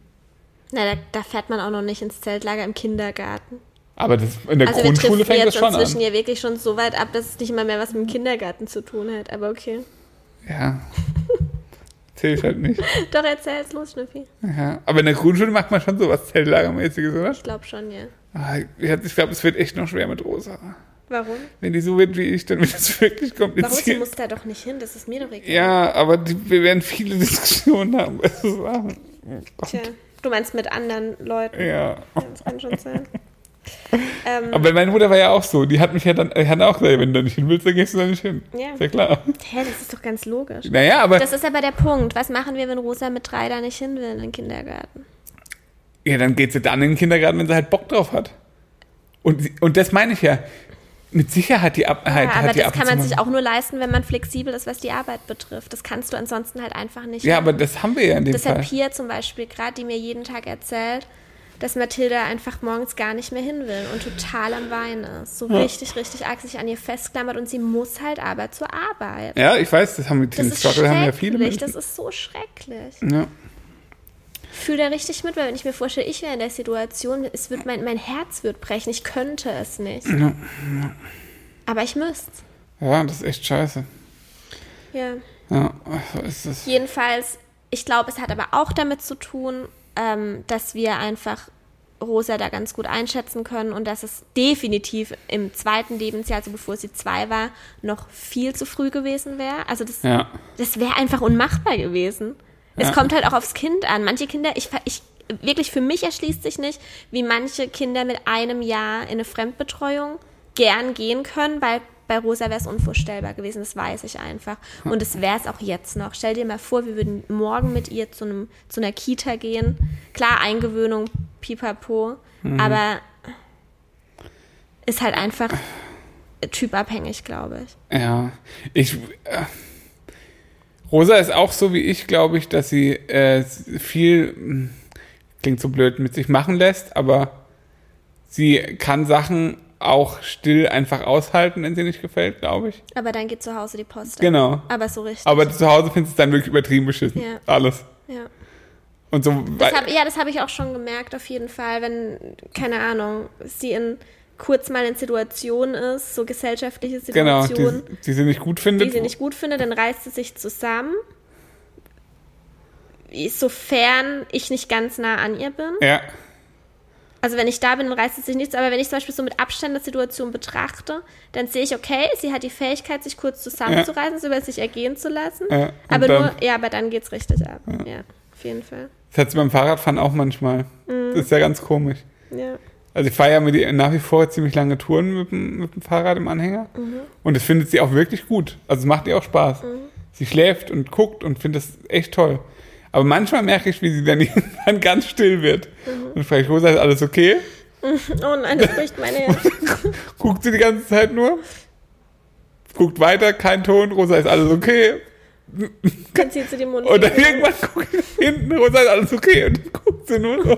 Speaker 1: Na, da, da fährt man auch noch nicht ins Zeltlager im Kindergarten.
Speaker 2: aber das, in der
Speaker 1: Also wir
Speaker 2: Grundschule
Speaker 1: driften
Speaker 2: fängt das
Speaker 1: jetzt
Speaker 2: schon
Speaker 1: inzwischen
Speaker 2: an.
Speaker 1: ja wirklich schon so weit ab, dass es nicht mal mehr was mit dem Kindergarten zu tun hat. Aber okay.
Speaker 2: Ja. Zähle ich halt nicht.
Speaker 1: Doch, erzähl's los, Schnüffi.
Speaker 2: Ja. Aber in der Grundschule macht man schon sowas Zeltlagermäßiges, oder?
Speaker 1: Ich glaube schon, ja.
Speaker 2: Ah, Ich glaube, es wird echt noch schwer mit Rosa.
Speaker 1: Warum?
Speaker 2: Wenn die so wird wie ich, dann wird es wirklich
Speaker 1: Warum? Sie
Speaker 2: kompliziert.
Speaker 1: muss da doch nicht hin. Das ist mir doch egal.
Speaker 2: Ja, aber die, wir werden viele Diskussionen haben. bei so Sachen.
Speaker 1: Tja. Du meinst mit anderen Leuten.
Speaker 2: Ja.
Speaker 1: Ja, das kann schon sein. ähm,
Speaker 2: Aber meine Mutter war ja auch so. Die hat mich ja dann, die hat auch gesagt, wenn du da nicht hin willst, dann gehst du da nicht hin.
Speaker 1: Ja.
Speaker 2: Ist ja klar.
Speaker 1: hä, das ist doch ganz logisch.
Speaker 2: Naja, aber
Speaker 1: Das ist aber der Punkt. Was machen wir, wenn Rosa mit drei da nicht hin will in den Kindergarten?
Speaker 2: Ja, dann geht sie dann in den Kindergarten, wenn sie halt Bock drauf hat. Und, sie- und das meine ich ja. Mit Sicherheit hat die Ab halt,
Speaker 1: Ja, aber
Speaker 2: hat die
Speaker 1: das
Speaker 2: ab und
Speaker 1: kann
Speaker 2: zu
Speaker 1: man
Speaker 2: mal-
Speaker 1: sich auch nur leisten, wenn man flexibel ist, was die Arbeit betrifft. Das kannst du ansonsten halt einfach nicht.
Speaker 2: Ja,
Speaker 1: machen.
Speaker 2: aber das haben wir ja in dem
Speaker 1: Das
Speaker 2: Fall.
Speaker 1: hat Pia zum Beispiel gerade, die mir jeden Tag erzählt, dass Mathilda einfach morgens gar nicht mehr hin will und total am Weinen ist. So richtig, richtig arg sich an ihr festklammert und sie muss halt aber zur Arbeit.
Speaker 2: Ja, ich weiß, das haben die
Speaker 1: Das
Speaker 2: Teen
Speaker 1: ist
Speaker 2: Struggle, haben ja viele
Speaker 1: schrecklich,
Speaker 2: Menschen.
Speaker 1: das ist so schrecklich.
Speaker 2: Ja.
Speaker 1: Ich fühle da richtig mit, weil wenn ich mir vorstelle, ich wäre in der Situation, es wird mein, mein Herz wird brechen, ich könnte es nicht. Aber ich müsste.
Speaker 2: ja, das ist echt scheiße.
Speaker 1: Ja.
Speaker 2: Ja, so ist es.
Speaker 1: Jedenfalls, ich glaube, es hat aber auch damit zu tun, ähm, dass wir einfach Rosa da ganz gut einschätzen können und dass es definitiv im zweiten Lebensjahr, also bevor sie zwei war, noch viel zu früh gewesen wäre. Also das,
Speaker 2: Ja.
Speaker 1: das wäre einfach unmachbar gewesen.
Speaker 2: Ja.
Speaker 1: Es kommt halt auch aufs Kind an. Manche Kinder, ich, ver- ich wirklich für mich erschließt sich nicht, wie manche Kinder mit einem Jahr in eine Fremdbetreuung gern gehen können, weil bei Rosa wäre es unvorstellbar gewesen, das weiß ich einfach. Und es wäre es auch jetzt noch. Stell dir mal vor, wir würden morgen mit ihr zu, einem, zu einer Kita gehen. Klar, Eingewöhnung, pipapo, aber ist halt einfach typabhängig, glaube ich.
Speaker 2: Ja, ich. Äh, Rosa ist auch so wie ich, glaube ich, dass sie äh, viel, mh, klingt so blöd, mit sich machen lässt, aber sie kann Sachen auch still einfach aushalten, wenn sie nicht gefällt, glaube ich.
Speaker 1: Aber dann geht zu Hause die Post. ab.
Speaker 2: Genau.
Speaker 1: Aber so richtig.
Speaker 2: Aber zu Hause findest du es dann wirklich übertrieben beschissen.
Speaker 1: Ja.
Speaker 2: Alles.
Speaker 1: ja.
Speaker 2: Und so.
Speaker 1: Das hab, ja, das habe ich auch schon gemerkt, auf jeden Fall, wenn, keine Ahnung, sie in kurz mal in Situationen ist, so gesellschaftliche
Speaker 2: genau,
Speaker 1: Situationen,
Speaker 2: die, die sie nicht gut findet.
Speaker 1: die sie nicht gut findet, dann reißt sie sich zusammen, sofern ich nicht ganz nah an ihr bin.
Speaker 2: ja,
Speaker 1: Also wenn ich da bin, dann reißt es sich nichts. Aber wenn ich zum Beispiel so mit Abstand eine Situation betrachte, dann sehe ich, okay, sie hat die Fähigkeit, sich kurz zusammenzureißen, es über sich ergehen zu lassen.
Speaker 2: Ja, und
Speaker 1: aber
Speaker 2: dann-
Speaker 1: nur, ja, aber dann geht's richtig ab. Ja, auf jeden Fall.
Speaker 2: das hat sie beim Fahrradfahren auch manchmal.
Speaker 1: Mhm.
Speaker 2: Das ist ja ganz komisch.
Speaker 1: Ja.
Speaker 2: Also ich fahre ja mit ihr nach wie vor ziemlich lange Touren mit dem, mit dem Fahrrad im Anhänger. Und das findet sie auch wirklich gut. Also es macht ihr auch Spaß. Sie schläft und guckt und findet das echt toll. Aber manchmal merke ich, wie sie dann irgendwann ganz still wird. Und frage ich, Rosa, ist alles okay?
Speaker 1: Oh nein, das bricht meine Herz.
Speaker 2: Guckt sie die ganze Zeit nur. Guckt weiter, kein Ton. Rosa, ist alles okay?
Speaker 1: Dann zieht sie die Mund.
Speaker 2: Und dann irgendwann gucke ich nach hinten, Rosa, ist halt alles okay? Und dann guckt sie nur so.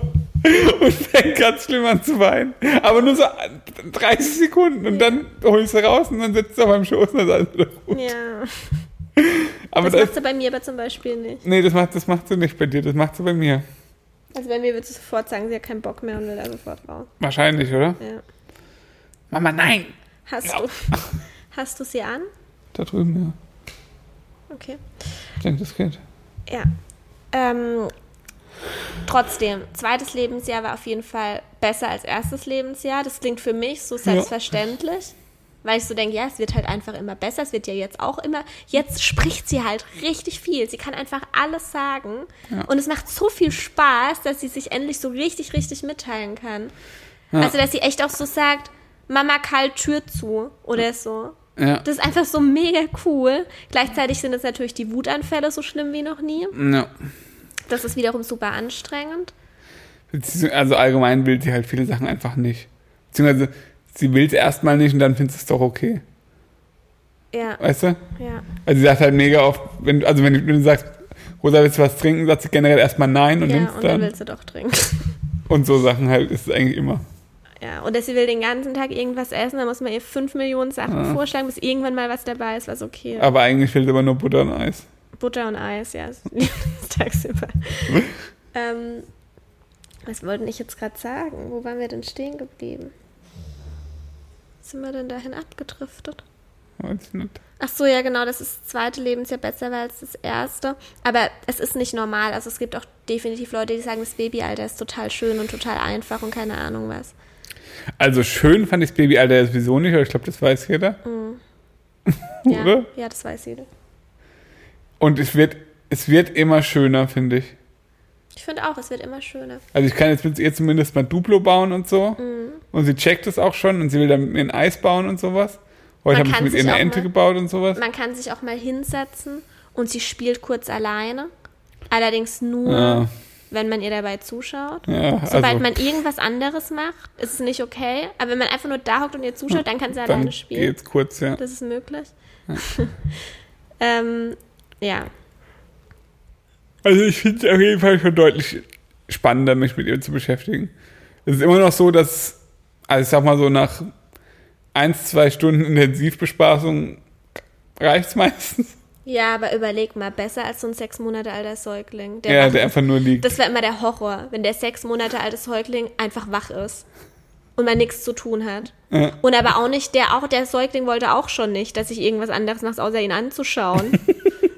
Speaker 2: Und fängt ganz schlimm an zu weinen. Aber nur so 30 Sekunden. Und dann hol ich sie raus und dann sitzt sie auf meinem Schoß und dann ist alles wieder gut.
Speaker 1: Ja.
Speaker 2: Aber
Speaker 1: Das
Speaker 2: das,
Speaker 1: macht sie bei mir aber zum Beispiel nicht.
Speaker 2: nee, das macht, das macht sie nicht bei dir, das macht sie bei mir.
Speaker 1: Also bei mir wird sie sofort sagen, sie hat keinen Bock mehr und will da sofort raus.
Speaker 2: Wahrscheinlich, oder?
Speaker 1: Ja.
Speaker 2: Mama, nein!
Speaker 1: Hast
Speaker 2: Ja.
Speaker 1: du. Hast du sie an?
Speaker 2: Da drüben, ja.
Speaker 1: Okay.
Speaker 2: Ich denke, das geht.
Speaker 1: Ja. Ähm, trotzdem, zweites Lebensjahr war auf jeden Fall besser als erstes Lebensjahr. Das klingt für mich so selbstverständlich. Weil ich so denke, ja, es wird halt einfach immer besser. Es wird ja jetzt auch immer. Jetzt spricht sie halt richtig viel. Sie kann einfach alles sagen. Und es macht so viel Spaß, dass sie sich endlich so richtig, richtig mitteilen kann. Also, dass sie echt auch so sagt, Mama, kalt Tür zu oder so.
Speaker 2: Ja.
Speaker 1: Das ist einfach so mega cool. Gleichzeitig sind es natürlich die Wutanfälle so schlimm wie noch nie.
Speaker 2: Ja.
Speaker 1: Das ist wiederum super anstrengend.
Speaker 2: Beziehungs- Also allgemein will sie halt viele Sachen einfach nicht. Beziehungsweise sie will es erstmal nicht und dann findet sie es doch okay.
Speaker 1: Ja,
Speaker 2: Weißt du?
Speaker 1: ja.
Speaker 2: Also sie sagt halt mega oft, wenn, also wenn, wenn du sagst, Rosa, willst du was trinken, sagt sie generell erstmal nein und
Speaker 1: Ja,
Speaker 2: nimmt's
Speaker 1: und dann
Speaker 2: dann.
Speaker 1: willst du doch trinken.
Speaker 2: und so Sachen halt ist es eigentlich immer.
Speaker 1: Ja, und dass sie will den ganzen Tag irgendwas essen, da muss man ihr fünf Millionen Sachen vorschlagen, bis irgendwann mal was dabei ist, was okay ist.
Speaker 2: Aber eigentlich will sie aber nur Butter und Eis.
Speaker 1: Butter und Eis, ja, ist tagsüber. ähm, was wollten ich jetzt gerade sagen? Wo waren wir denn stehen geblieben? Sind wir denn dahin abgedriftet?
Speaker 2: Weiß ich nicht.
Speaker 1: Ach so, ja, genau, dass das zweite Lebensjahr besser war als das erste. Aber es ist nicht normal. Also es gibt auch definitiv Leute, die sagen, das Babyalter ist total schön und total einfach und keine Ahnung was.
Speaker 2: Also schön fand ich das Babyalter sowieso nicht, aber ich glaube, das weiß jeder.
Speaker 1: Ja,
Speaker 2: Oder?
Speaker 1: Mhm. ja das weiß jeder.
Speaker 2: Und es wird, es wird immer schöner, finde ich.
Speaker 1: Ich finde auch, es wird immer schöner.
Speaker 2: Also ich kann jetzt mit ihr zumindest mal Duplo bauen und so.
Speaker 1: Mhm.
Speaker 2: Und sie checkt es auch schon und sie will dann mit mir ein Eis bauen und sowas.
Speaker 1: Man
Speaker 2: Heute habe ich
Speaker 1: kann
Speaker 2: mit ihr
Speaker 1: sich
Speaker 2: eine
Speaker 1: auch
Speaker 2: Ente
Speaker 1: mal-
Speaker 2: gebaut und sowas.
Speaker 1: Man kann sich auch mal hinsetzen und sie spielt kurz alleine. Allerdings nur,
Speaker 2: Ja.
Speaker 1: wenn man ihr dabei zuschaut.
Speaker 2: Ja,
Speaker 1: Mhm. Sobald
Speaker 2: also,
Speaker 1: man irgendwas anderes macht, ist es nicht okay. Aber wenn man einfach nur da hockt und ihr zuschaut, dann kann sie
Speaker 2: dann
Speaker 1: alleine spielen.
Speaker 2: geht's kurz, ja.
Speaker 1: Das ist möglich. Ja. ähm, ja.
Speaker 2: Also ich finde es auf jeden Fall schon deutlich spannender, mich mit ihr zu beschäftigen. Es ist immer noch so, dass, also ich sag mal so, nach eins, zwei Stunden Intensivbespaßung reicht's meistens.
Speaker 1: Ja, aber überleg mal, besser als so ein sechs Monate alter Säugling. Der
Speaker 2: Ja,
Speaker 1: wach
Speaker 2: der
Speaker 1: ist.
Speaker 2: einfach nur liegt.
Speaker 1: Das war immer der Horror, wenn der sechs Monate alte Säugling einfach wach ist und man nichts zu tun hat.
Speaker 2: Ja.
Speaker 1: Und aber auch nicht, der auch der Säugling wollte auch schon nicht, dass ich irgendwas anderes mache, außer ihn anzuschauen.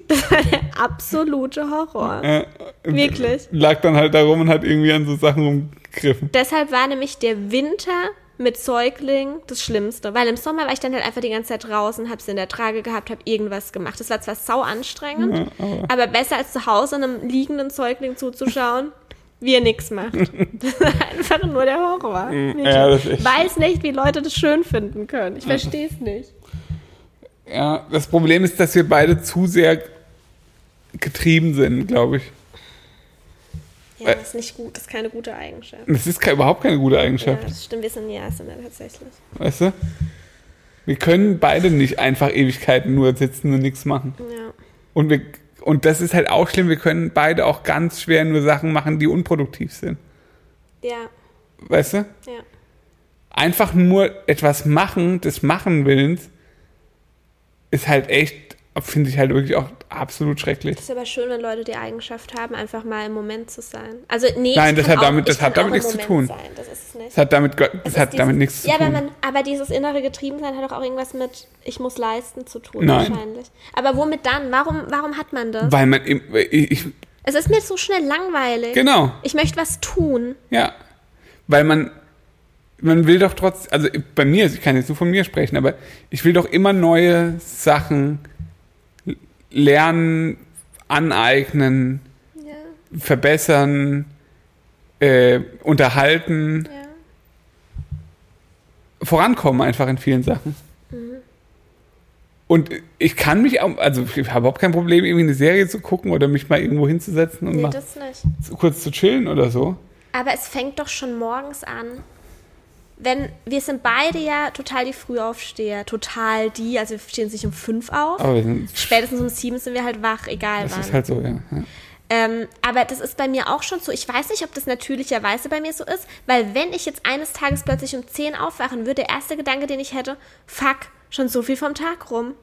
Speaker 1: das war der absolute Horror.
Speaker 2: Äh,
Speaker 1: Wirklich.
Speaker 2: Lag dann halt da rum und hat irgendwie an so Sachen rumgegriffen.
Speaker 1: Deshalb war nämlich der Winter mit Säugling das Schlimmste, weil im Sommer war ich dann halt einfach die ganze Zeit draußen, hab's in der Trage gehabt, hab irgendwas gemacht. Das war zwar sau anstrengend,
Speaker 2: Ja, aber
Speaker 1: aber besser als zu Hause einem liegenden Säugling zuzuschauen, wie er nichts macht. Das ist einfach nur der Horror. Wirklich.
Speaker 2: ja, das ist echt-
Speaker 1: Weiß nicht, wie Leute das schön finden können. Ich verstehe es nicht.
Speaker 2: ja, das Problem ist, dass wir beide zu sehr getrieben sind, glaube ich. Äh.
Speaker 1: Ja, das ist nicht gut, das ist keine gute Eigenschaft.
Speaker 2: Das ist ke- überhaupt keine gute
Speaker 1: Ja,
Speaker 2: Eigenschaft,
Speaker 1: das stimmt, wir sind ja Asana tatsächlich.
Speaker 2: weißt du? Wir können beide nicht einfach Ewigkeiten nur sitzen und nichts machen.
Speaker 1: Ja.
Speaker 2: Und wir und das ist halt auch schlimm, wir können beide auch ganz schwer nur Sachen machen, die unproduktiv sind.
Speaker 1: Ja,
Speaker 2: Weißt du?
Speaker 1: ja.
Speaker 2: Einfach nur etwas machen, des Machen willens, ist halt echt, finde ich halt wirklich auch absolut schrecklich.
Speaker 1: Ist aber schön, wenn Leute die Eigenschaft haben, einfach mal im Moment zu sein. Also, nee,
Speaker 2: Nein,
Speaker 1: ich
Speaker 2: das
Speaker 1: kann
Speaker 2: hat
Speaker 1: auch,
Speaker 2: damit-
Speaker 1: ich
Speaker 2: das hat
Speaker 1: kann
Speaker 2: damit
Speaker 1: auch im
Speaker 2: nichts zu
Speaker 1: Moment
Speaker 2: tun.
Speaker 1: Sein. Das ist es nicht.
Speaker 2: Das hat damit, ge- das
Speaker 1: Es
Speaker 2: hat
Speaker 1: ist
Speaker 2: damit
Speaker 1: dieses-
Speaker 2: nichts zu
Speaker 1: ja,
Speaker 2: tun.
Speaker 1: Aber, man, aber dieses innere Getriebensein hat doch auch irgendwas mit ich muss leisten zu tun
Speaker 2: Nein.
Speaker 1: wahrscheinlich. Aber womit dann? Warum, warum hat man das?
Speaker 2: Weil man, im- ich, ich,
Speaker 1: es ist mir so schnell langweilig.
Speaker 2: genau.
Speaker 1: Ich möchte was tun.
Speaker 2: Ja, weil man, man will doch trotz, also bei mir, ich kann jetzt nur von mir sprechen, aber ich will doch immer neue Sachen l- lernen, aneignen,
Speaker 1: Ja,
Speaker 2: verbessern, äh, unterhalten,
Speaker 1: ja.
Speaker 2: vorankommen einfach in vielen Sachen. Und ich kann mich auch, also ich habe überhaupt kein Problem, irgendwie eine Serie zu gucken oder mich mal irgendwo hinzusetzen und
Speaker 1: Nee,
Speaker 2: mal
Speaker 1: das nicht.
Speaker 2: kurz zu chillen oder so.
Speaker 1: Aber es fängt doch schon morgens an. Wenn, wir sind beide ja total die Frühaufsteher, total die, also wir stehen nicht um fünf auf.
Speaker 2: Aber wir sind,
Speaker 1: Spätestens um sieben sind wir halt wach, egal
Speaker 2: das
Speaker 1: wann.
Speaker 2: ist halt so, ja. ja.
Speaker 1: Ähm, aber das ist bei mir auch schon so. Ich weiß nicht, ob das natürlicherweise bei mir so ist, weil wenn ich jetzt eines Tages plötzlich um 10 aufwachen würde, der erste Gedanke, den ich hätte, fuck, schon so viel vom Tag rum.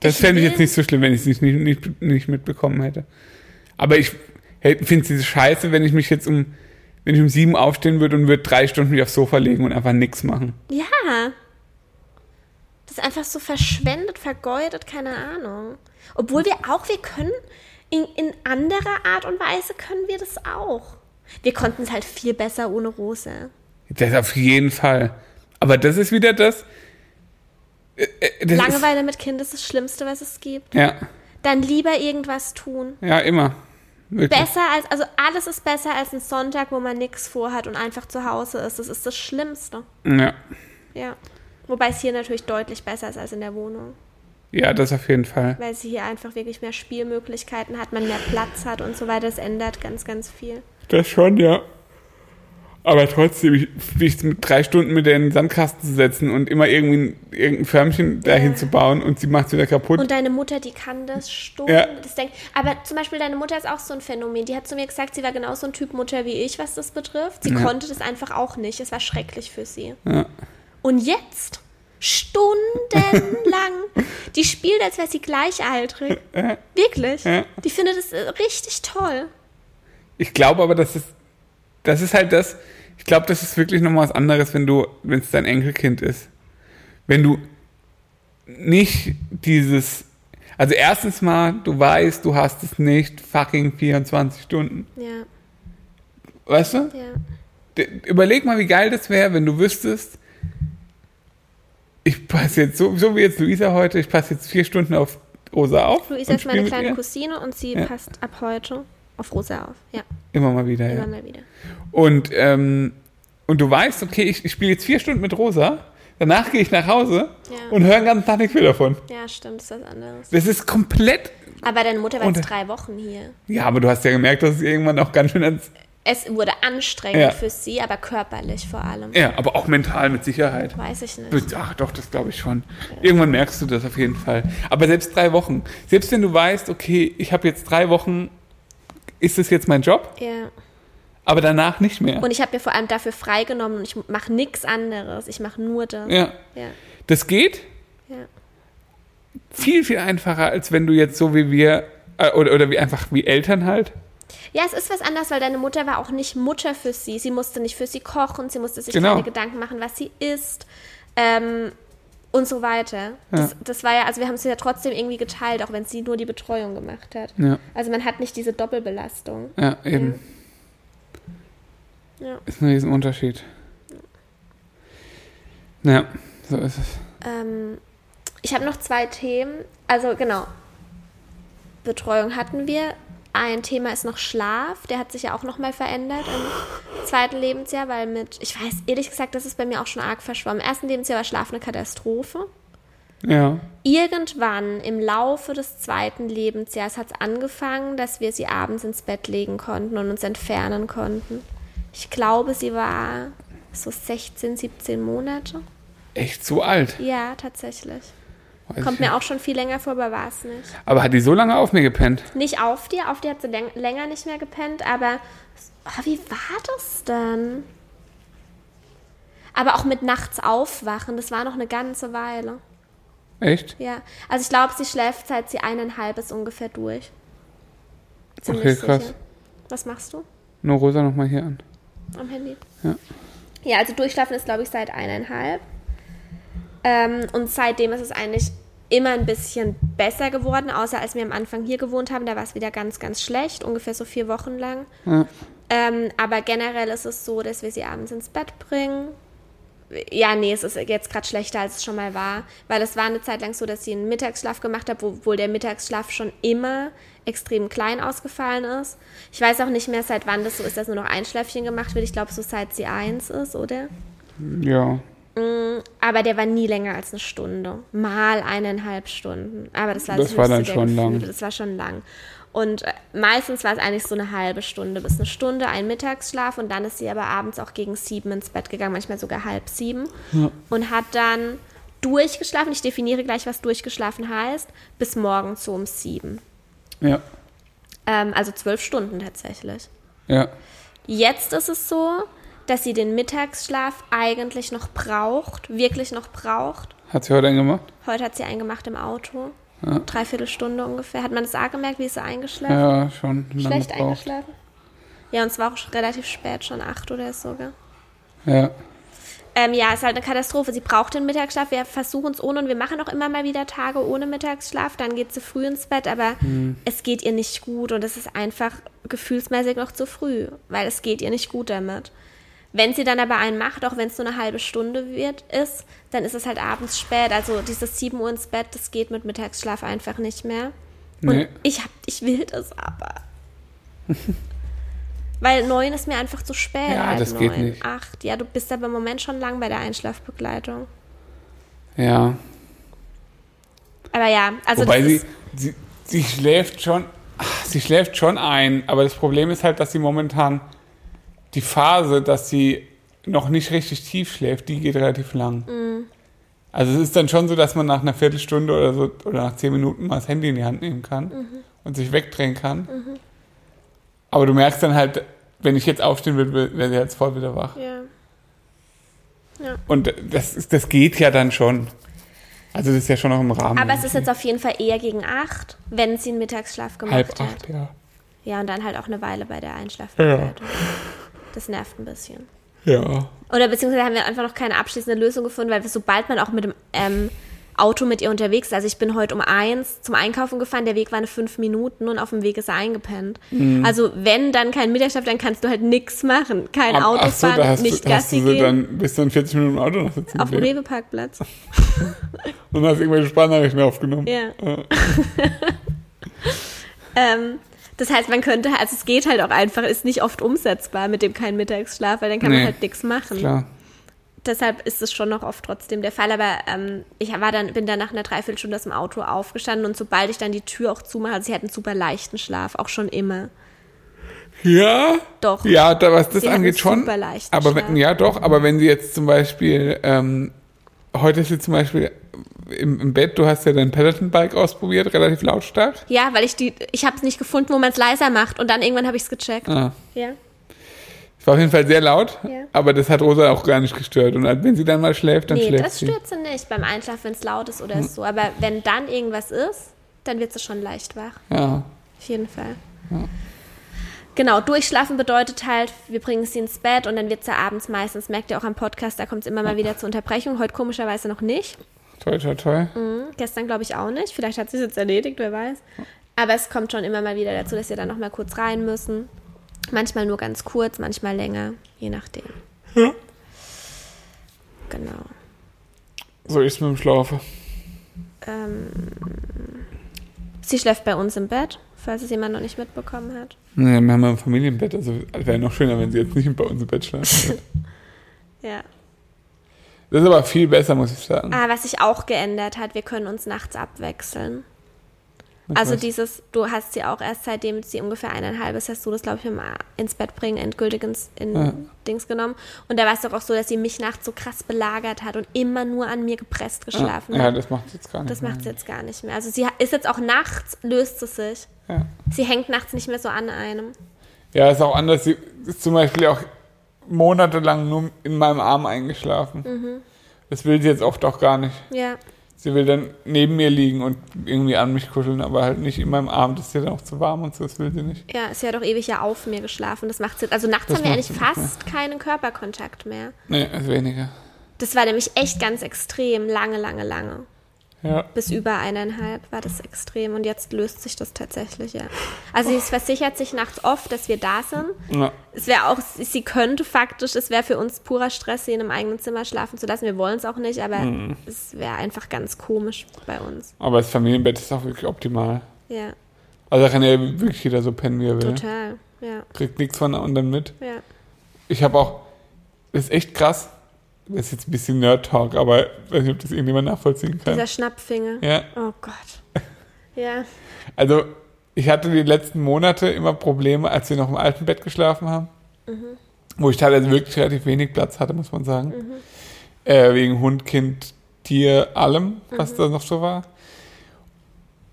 Speaker 2: Das
Speaker 1: Ich
Speaker 2: fände ich
Speaker 1: will-
Speaker 2: jetzt nicht so schlimm, wenn ich es nicht, nicht, nicht, nicht mitbekommen hätte. Aber ich finde es diese Scheiße, wenn ich mich jetzt um, wenn ich um sieben aufstehen würde und würde drei Stunden mich aufs Sofa legen und einfach nichts machen.
Speaker 1: Ja. Das ist einfach so verschwendet, vergeudet, keine Ahnung. Obwohl wir auch, wir können, in, in anderer Art und Weise können wir das auch. Wir konnten es halt viel besser ohne Rose.
Speaker 2: Das auf jeden Fall. Aber das ist wieder das. äh, äh, das
Speaker 1: Langeweile mit Kind ist das Schlimmste, was es gibt.
Speaker 2: Ist, ja,
Speaker 1: Dann lieber irgendwas tun.
Speaker 2: ja, immer. Wirklich.
Speaker 1: Besser als, also alles ist besser als ein Sonntag, wo man nichts vorhat und einfach zu Hause ist. Das ist das Schlimmste.
Speaker 2: Ja.
Speaker 1: Ja. Wobei es hier natürlich deutlich besser ist als in der Wohnung.
Speaker 2: ja, das auf jeden Fall.
Speaker 1: Weil sie hier einfach wirklich mehr Spielmöglichkeiten hat, man mehr Platz hat und so weiter. Es ändert ganz, ganz viel.
Speaker 2: Das schon, ja. Aber trotzdem, ich, mich mit drei Stunden mit der in den Sandkasten zu setzen und immer irgendwie ein- irgendein Förmchen dahin zu bauen und sie macht es wieder kaputt.
Speaker 1: Und deine Mutter, die kann das stumm.
Speaker 2: Ja.
Speaker 1: Das denkt. Aber zum Beispiel, deine Mutter ist auch so ein Phänomen. Die hat zu mir gesagt, sie war genau so ein Typ Mutter wie ich, was das betrifft. Sie
Speaker 2: Ja.
Speaker 1: konnte das einfach auch nicht. Es war schrecklich für sie.
Speaker 2: ja.
Speaker 1: Und jetzt? Stundenlang. die spielt, als wäre sie gleichaltrig. Wirklich.
Speaker 2: Ja.
Speaker 1: Die findet es äh, richtig toll.
Speaker 2: Ich glaube aber, das ist, das ist halt das, ich glaube, das ist wirklich nochmal was anderes, wenn du, wenn es dein Enkelkind ist. Wenn du nicht dieses, also erstens mal, du weißt, du hast es nicht fucking 24 Stunden.
Speaker 1: Ja,
Speaker 2: Weißt du?
Speaker 1: ja.
Speaker 2: D- Überleg mal, wie geil das wäre, wenn du wüsstest, ich passe jetzt, so, so wie jetzt Luisa heute, ich passe jetzt vier Stunden auf Rosa auf.
Speaker 1: Luisa
Speaker 2: und
Speaker 1: ist
Speaker 2: spiel
Speaker 1: meine
Speaker 2: mit
Speaker 1: kleine
Speaker 2: ihr.
Speaker 1: Cousine und sie
Speaker 2: Ja.
Speaker 1: passt ab heute auf Rosa auf. Ja,
Speaker 2: Immer mal wieder, ja.
Speaker 1: immer mal wieder.
Speaker 2: Und, ähm, und du weißt, okay, ich, ich spiele jetzt vier Stunden mit Rosa, danach gehe ich nach Hause
Speaker 1: Ja.
Speaker 2: und höre den ganzen Tag nichts mehr davon.
Speaker 1: Ja, stimmt, ist was anderes.
Speaker 2: Das ist komplett,
Speaker 1: Aber deine Mutter war
Speaker 2: Und-
Speaker 1: jetzt drei Wochen hier.
Speaker 2: Ja, aber du hast ja gemerkt, dass es irgendwann auch ganz schön ans.
Speaker 1: Es wurde anstrengend
Speaker 2: Ja.
Speaker 1: für sie, aber körperlich vor allem.
Speaker 2: Ja, aber auch mental mit Sicherheit.
Speaker 1: Weiß ich nicht.
Speaker 2: Ach doch, das glaube ich schon. Irgendwann merkst du das auf jeden Fall. Aber selbst drei Wochen. Selbst wenn du weißt, okay, ich habe jetzt drei Wochen, ist das jetzt mein Job,
Speaker 1: Ja.
Speaker 2: aber danach nicht mehr.
Speaker 1: Und ich habe mir vor allem dafür freigenommen und ich mache nichts anderes. Ich mache nur das.
Speaker 2: ja.
Speaker 1: Ja.
Speaker 2: Das geht
Speaker 1: ja.
Speaker 2: viel, viel einfacher, als wenn du jetzt so wie wir, äh, oder, oder wie einfach wie Eltern halt.
Speaker 1: Ja, es ist was anderes, weil deine Mutter war auch nicht Mutter für sie. Sie musste nicht für sie kochen, sie musste sich
Speaker 2: Genau.
Speaker 1: keine Gedanken machen, was sie isst ähm, und so weiter. Das, das war ja, also wir haben es ja trotzdem irgendwie geteilt, auch wenn sie nur die Betreuung gemacht hat.
Speaker 2: Ja,
Speaker 1: Also man hat nicht diese Doppelbelastung.
Speaker 2: ja eben.
Speaker 1: Ja.
Speaker 2: Ist ein Riesenunterschied. Ja, so ist es.
Speaker 1: Ähm, ich habe noch zwei Themen. Also genau, Betreuung hatten wir. Ein Thema ist noch Schlaf. Der hat sich ja auch nochmal verändert im zweiten Lebensjahr, weil mit, ich weiß ehrlich gesagt, das ist bei mir auch schon arg verschwommen. Im ersten Lebensjahr war Schlaf eine Katastrophe.
Speaker 2: Ja.
Speaker 1: Irgendwann im Laufe des zweiten Lebensjahres hat es angefangen, dass wir sie abends ins Bett legen konnten und uns entfernen konnten. Ich glaube, sie war so 16, 17 Monate.
Speaker 2: Echt so alt.
Speaker 1: Ja, tatsächlich.
Speaker 2: Weiß
Speaker 1: Kommt
Speaker 2: ich nicht.
Speaker 1: mir auch schon viel länger vor, aber war es nicht.
Speaker 2: Aber hat die so lange auf mir gepennt?
Speaker 1: Nicht auf dir, auf dir hat sie läng länger nicht mehr gepennt, aber Ah, wie war das denn? Aber auch mit nachts aufwachen, das war noch eine ganze Weile.
Speaker 2: Echt?
Speaker 1: Ja, also ich glaube, sie schläft seit sie eineinhalb ist ungefähr durch.
Speaker 2: Okay, krass.
Speaker 1: Was machst du
Speaker 2: Nur Rosa nochmal hier an.
Speaker 1: am Handy?
Speaker 2: Ja.
Speaker 1: Ja, also durchschlafen ist, glaube ich, seit eineinhalb. Ähm, und seitdem ist es eigentlich immer ein bisschen besser geworden, außer als wir am Anfang hier gewohnt haben, da war es wieder ganz, ganz schlecht, ungefähr so vier Wochen lang.
Speaker 2: Ja.
Speaker 1: Ähm, aber generell ist es so, dass wir sie abends ins Bett bringen. Ja, nee, es ist jetzt gerade schlechter, als es schon mal war. Weil es war eine Zeit lang so, dass sie einen Mittagsschlaf gemacht hat, obwohl der Mittagsschlaf schon immer extrem klein ausgefallen ist. Ich weiß auch nicht mehr, seit wann das so ist, dass nur noch ein Schläfchen gemacht wird. Ich glaube, so seit sie eins ist, oder?
Speaker 2: ja.
Speaker 1: Aber der war nie länger als eine Stunde. Mal eineinhalb Stunden. Aber das war
Speaker 2: Das
Speaker 1: das
Speaker 2: war
Speaker 1: höchste
Speaker 2: dann
Speaker 1: der
Speaker 2: schon lang.
Speaker 1: Gefühle. Das war schon lang. Und äh, meistens war es eigentlich so eine halbe Stunde bis eine Stunde, ein Mittagsschlaf und dann ist sie aber abends auch gegen sieben ins Bett gegangen, manchmal sogar halb sieben. Und hat dann durchgeschlafen, ich definiere gleich, was durchgeschlafen heißt, bis morgens so um sieben.
Speaker 2: Ja.
Speaker 1: Ähm, also zwölf Stunden tatsächlich.
Speaker 2: Ja.
Speaker 1: Jetzt ist es so, dass sie den Mittagsschlaf eigentlich noch braucht, wirklich noch braucht.
Speaker 2: Hat sie heute einen gemacht?
Speaker 1: Heute hat sie einen gemacht im Auto.
Speaker 2: Ja.
Speaker 1: Dreiviertel Stunde ungefähr. Hat man das auch gemerkt, wie ist sie eingeschlafen?
Speaker 2: Ja, schon lange
Speaker 1: Schlecht
Speaker 2: gebraucht.
Speaker 1: eingeschlafen? Ja, und es war auch schon relativ spät, schon acht oder so, gell?
Speaker 2: Ja.
Speaker 1: Ähm, ja, ist halt eine Katastrophe. Sie braucht den Mittagsschlaf. Wir versuchen es ohne und wir machen auch immer mal wieder Tage ohne Mittagsschlaf. Dann geht sie früh ins Bett, aber
Speaker 2: Mhm.
Speaker 1: es geht ihr nicht gut und es ist einfach gefühlsmäßig noch zu früh, weil es geht ihr nicht gut damit. Wenn sie dann aber einen macht, auch wenn es nur eine halbe Stunde wird, ist, dann ist es halt abends spät. Also dieses 7 Uhr ins Bett, das geht mit Mittagsschlaf einfach nicht mehr. Und
Speaker 2: Nee.
Speaker 1: ich, hab, ich will das aber. Weil neun ist mir einfach zu spät.
Speaker 2: Ja,
Speaker 1: halb
Speaker 2: das geht
Speaker 1: neun,
Speaker 2: nicht.
Speaker 1: Acht. Ja, du bist aber im Moment schon lang bei der Einschlafbegleitung.
Speaker 2: Ja.
Speaker 1: Aber ja, also
Speaker 2: Wobei
Speaker 1: das
Speaker 2: sie,
Speaker 1: ist,
Speaker 2: sie, sie schläft schon, ach, sie schläft schon ein, aber das Problem ist halt, dass sie momentan die Phase, dass sie noch nicht richtig tief schläft, die geht relativ lang.
Speaker 1: Mhm.
Speaker 2: Also es ist dann schon so, dass man nach einer Viertelstunde oder so oder nach zehn Minuten mal das Handy in die Hand nehmen kann
Speaker 1: Mhm.
Speaker 2: und sich wegdrehen kann. Aber du merkst dann halt, wenn ich jetzt aufstehen will, wäre sie jetzt voll wieder wach.
Speaker 1: ja.
Speaker 2: Und das, ist, das geht ja dann schon. Also das ist ja schon noch im Rahmen.
Speaker 1: Aber es ist jetzt auf jeden Fall eher gegen acht, wenn sie einen Mittagsschlaf gemacht
Speaker 2: halb
Speaker 1: hat.
Speaker 2: acht, ja.
Speaker 1: Ja, und dann halt auch eine Weile bei der Einschlafbegleitung. Das nervt ein bisschen.
Speaker 2: Ja.
Speaker 1: Oder beziehungsweise haben wir einfach noch keine abschließende Lösung gefunden, weil wir, sobald man auch mit dem ähm, Auto mit ihr unterwegs ist, also ich bin heute um eins zum Einkaufen gefahren, der Weg war eine fünf Minuten und auf dem Weg ist er eingepennt.
Speaker 2: Mhm.
Speaker 1: Also wenn dann kein Mittagsschlaf, dann kannst du halt nichts machen. Kein
Speaker 2: Am-
Speaker 1: Auto
Speaker 2: ach so,
Speaker 1: fahren,
Speaker 2: da hast
Speaker 1: nicht
Speaker 2: du, hast
Speaker 1: Gassi
Speaker 2: du sie
Speaker 1: gehen.
Speaker 2: dann bist dann 40 Minuten im Auto noch sitzen
Speaker 1: auf dem
Speaker 2: geblieben
Speaker 1: Rewe-Parkplatz.
Speaker 2: und hast irgendwelche Sprachnachrichten aufgenommen.
Speaker 1: Ja.
Speaker 2: Äh,
Speaker 1: Ähm, das heißt, man könnte, also es geht halt auch einfach, ist nicht oft umsetzbar mit dem keinen Mittagsschlaf, weil dann kann
Speaker 2: Nee,
Speaker 1: man halt nichts machen.
Speaker 2: klar.
Speaker 1: deshalb ist es schon noch oft trotzdem der Fall. Aber ähm, ich war dann, bin dann nach einer Dreiviertelstunde aus dem Auto aufgestanden und sobald ich dann die Tür auch zumache, also sie hat einen super leichten Schlaf, auch schon immer.
Speaker 2: Ja?
Speaker 1: Doch.
Speaker 2: Ja, da, was das
Speaker 1: Sie hat
Speaker 2: angeht
Speaker 1: einen
Speaker 2: schon.
Speaker 1: super leichten
Speaker 2: Aber wenn,
Speaker 1: Schlaf.
Speaker 2: ja, doch, aber wenn sie jetzt zum Beispiel, ähm, heute ist sie zum Beispiel im, im Bett, du hast ja dein Peloton-Bike ausprobiert, relativ lautstark.
Speaker 1: Ja, weil ich die, ich habe es nicht gefunden, wo man es leiser macht und dann irgendwann habe ich es gecheckt.
Speaker 2: Ah.
Speaker 1: Ja.
Speaker 2: Es war auf jeden Fall sehr laut,
Speaker 1: Ja.
Speaker 2: aber das hat Rosa auch gar nicht gestört. Und wenn sie dann mal schläft, dann
Speaker 1: Nee,
Speaker 2: schläft
Speaker 1: das
Speaker 2: sie. Hm.
Speaker 1: stört sie nicht beim Einschlafen, wenn es laut ist oder so. Aber wenn dann irgendwas ist, dann wird sie schon leicht wach.
Speaker 2: Ja.
Speaker 1: Auf jeden Fall. Genau, durchschlafen bedeutet halt, wir bringen sie ins Bett und dann wird sie abends meistens, merkt ihr auch am Podcast, da kommt es immer mal wieder zur Unterbrechung. Heute komischerweise noch nicht.
Speaker 2: Toi, toi, toi.
Speaker 1: Mhm. Gestern glaube ich auch nicht. Vielleicht hat sie es jetzt erledigt, wer weiß. Aber es kommt schon immer mal wieder dazu, dass wir dann noch mal kurz rein müssen. Manchmal nur ganz kurz, manchmal länger, je nachdem. Genau.
Speaker 2: So ist mit dem Schlaufe.
Speaker 1: Ähm, sie schläft bei uns im Bett, falls es jemand noch nicht mitbekommen hat.
Speaker 2: Nee, wir haben ja ein Familienbett, also wäre noch schöner, wenn sie jetzt nicht bei uns im Bett schlafen würde.
Speaker 1: Ja.
Speaker 2: Das ist aber viel besser, muss ich sagen.
Speaker 1: Ah, was sich auch geändert hat, wir können uns nachts abwechseln. also
Speaker 2: weiß.
Speaker 1: dieses, du hast sie auch erst seitdem sie ungefähr eineinhalb ist, hast du das, glaube ich, im, A- ins Bett bringen, endgültig ins in
Speaker 2: Ja.
Speaker 1: Dings genommen. Und da war es doch auch so, dass sie mich nachts so krass belagert hat und immer nur an mir gepresst geschlafen
Speaker 2: ja, ja,
Speaker 1: hat.
Speaker 2: das macht sie jetzt gar nicht.
Speaker 1: das
Speaker 2: mehr.
Speaker 1: macht sie jetzt gar nicht mehr. Also sie ha- ist jetzt auch nachts, löst sie sich.
Speaker 2: Ja.
Speaker 1: Sie hängt nachts nicht mehr so an einem.
Speaker 2: Ja, ist auch anders. Sie ist zum Beispiel auch monatelang nur in meinem Arm eingeschlafen.
Speaker 1: Mhm.
Speaker 2: Das will sie jetzt oft auch gar nicht.
Speaker 1: Ja,
Speaker 2: Sie will dann neben mir liegen und irgendwie an mich kuscheln, aber halt nicht in meinem Arm. Das ist ihr dann auch zu warm und so, das will sie nicht.
Speaker 1: ja, sie hat doch ewig ja auf mir geschlafen. Das macht sie. Also nachts
Speaker 2: Das
Speaker 1: haben wir
Speaker 2: macht
Speaker 1: eigentlich
Speaker 2: sie nicht mehr.
Speaker 1: fast keinen Körperkontakt mehr.
Speaker 2: Nee, ist weniger.
Speaker 1: Das war nämlich echt ganz extrem, lange, lange, lange.
Speaker 2: Ja.
Speaker 1: Bis über eineinhalb war das extrem und jetzt löst sich das tatsächlich, ja. Also es versichert sich nachts oft, dass wir da sind.
Speaker 2: ja.
Speaker 1: Es wäre auch, sie könnte faktisch, es wäre für uns purer Stress, sie in einem eigenen Zimmer schlafen zu lassen. Wir wollen es auch nicht, aber
Speaker 2: Mhm.
Speaker 1: es wäre einfach ganz komisch bei uns.
Speaker 2: Aber das Familienbett ist auch wirklich optimal.
Speaker 1: Ja,
Speaker 2: Also da kann ja wirklich jeder so pennen, wie er will.
Speaker 1: total. Ja,
Speaker 2: Kriegt nichts von anderen mit.
Speaker 1: ja.
Speaker 2: Ich habe auch, das ist echt krass. Das ist jetzt ein bisschen Nerd-Talk, aber ich weiß nicht, ob das irgendjemand nachvollziehen kann.
Speaker 1: Dieser Schnappfinger.
Speaker 2: Ja.
Speaker 1: Oh Gott. Ja,
Speaker 2: Also, ich hatte die letzten Monate immer Probleme, als wir noch im alten Bett geschlafen haben, wo ich teilweise wirklich relativ wenig Platz hatte, muss man sagen. Äh, wegen Hund, Kind, Tier, allem, was da noch so war.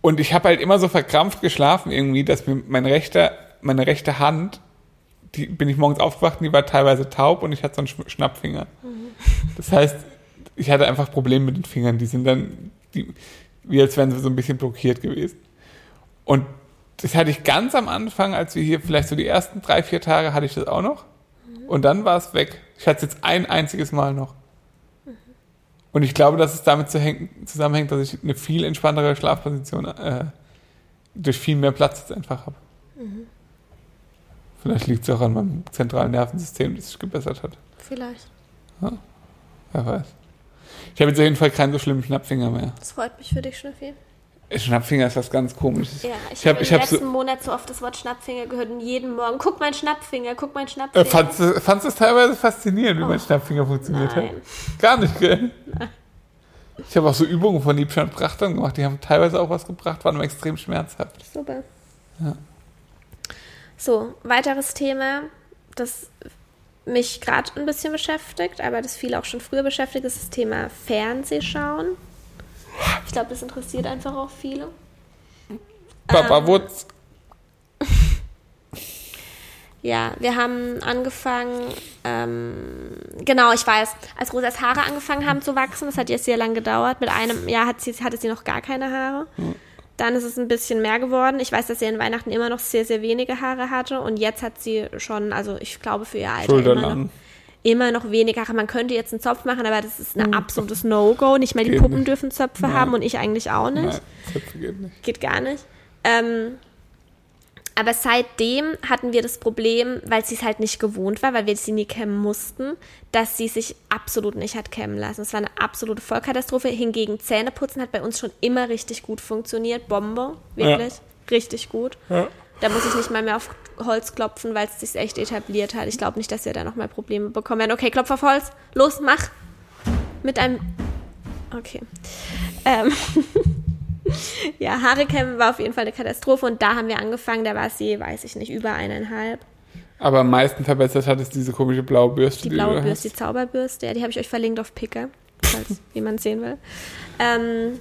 Speaker 2: Und ich habe halt immer so verkrampft geschlafen irgendwie, dass mir mein rechter, meine rechte Hand, die bin ich morgens aufgewacht und die war teilweise taub und ich hatte so einen Sch- Schnappfinger. Das heißt, ich hatte einfach Probleme mit den Fingern. Die sind dann, die, wie als wären sie so ein bisschen blockiert gewesen. Und das hatte ich ganz am Anfang, als wir hier vielleicht so die ersten drei, vier Tage hatte ich das auch noch. Und dann war es weg. Ich hatte es jetzt ein einziges Mal noch. Und ich glaube, dass es damit zu hängen- zusammenhängt, dass ich eine viel entspanntere Schlafposition äh, durch viel mehr Platz jetzt einfach habe. Vielleicht liegt es auch an meinem zentralen Nervensystem, das sich gebessert hat.
Speaker 1: vielleicht.
Speaker 2: Wer weiß. Ich habe jetzt auf jeden Fall keinen so schlimmen Schnappfinger mehr. Äh,
Speaker 1: Das freut mich für dich, Schnüffi.
Speaker 2: Schnappfinger ist was ganz komisches.
Speaker 1: Ja, ich,
Speaker 2: ich habe
Speaker 1: habe
Speaker 2: ich
Speaker 1: im
Speaker 2: hab so,
Speaker 1: letzten Monat so oft das Wort Schnappfinger gehört und jeden Morgen, guck mein Schnappfinger, guck mein
Speaker 2: Äh,
Speaker 1: Schnappfinger.
Speaker 2: fandst, du, fandst du es teilweise faszinierend, wie mein
Speaker 1: Oh,
Speaker 2: Schnappfinger funktioniert
Speaker 1: nein.
Speaker 2: hat? Gar nicht, gell? Ich habe auch so Übungen von Liebschein und Prachtern gemacht, die haben teilweise auch was gebracht, waren aber extrem schmerzhaft.
Speaker 1: Super.
Speaker 2: Ja.
Speaker 1: So, weiteres Thema, das mich gerade ein bisschen beschäftigt, aber das viele auch schon früher beschäftigt, ist das Thema Fernsehschauen. Ich glaube, das interessiert einfach auch viele.
Speaker 2: Papa
Speaker 1: Ähm.
Speaker 2: Wutz,
Speaker 1: Ja, wir haben angefangen, ähm, genau, ich weiß, als Rosas Haare angefangen haben zu wachsen, das hat jetzt sehr lang gedauert. Mit einem Jahr hat sie, hatte sie noch gar keine Haare. Dann ist es ein bisschen mehr geworden. Ich weiß, dass sie in Weihnachten immer noch sehr, sehr wenige Haare hatte. Und jetzt hat sie schon, also ich glaube für ihr Alter
Speaker 2: Schultern
Speaker 1: immer,
Speaker 2: lang.
Speaker 1: noch, immer noch weniger Haare. Man könnte jetzt einen Zopf machen, aber das ist ein absolutes No-Go. Nicht mal die
Speaker 2: Hm. Geht
Speaker 1: Puppen
Speaker 2: nicht.
Speaker 1: dürfen Zöpfe
Speaker 2: Nein.
Speaker 1: haben und ich eigentlich auch nicht
Speaker 2: Nein, Zöpfe geht nicht.
Speaker 1: geht gar nicht. Ähm, aber seitdem hatten wir das Problem, weil sie es halt nicht gewohnt war, weil wir sie nie kämmen mussten, dass sie sich absolut nicht hat kämmen lassen. Es war eine absolute Vollkatastrophe. Hingegen Zähneputzen hat bei uns schon immer richtig gut funktioniert. Bombe, wirklich, richtig gut.
Speaker 2: Ja.
Speaker 1: Da muss ich nicht mal mehr auf Holz klopfen, weil es sich echt etabliert hat. Ich glaube nicht, dass wir da nochmal Probleme bekommen werden. Okay, Klopf auf Holz. Los, mach. Mit einem. Okay. Ähm. ja, Haare kämmen war auf jeden Fall eine Katastrophe und da haben wir angefangen. Da war es je, weiß ich nicht, über eineinhalb.
Speaker 2: Aber am meisten verbessert hat es diese komische blaue Bürste.
Speaker 1: Die
Speaker 2: du
Speaker 1: blaue
Speaker 2: hast.
Speaker 1: Bürste, die Zauberbürste, ja, die habe ich euch verlinkt auf Picker, falls jemand sehen will. Ähm,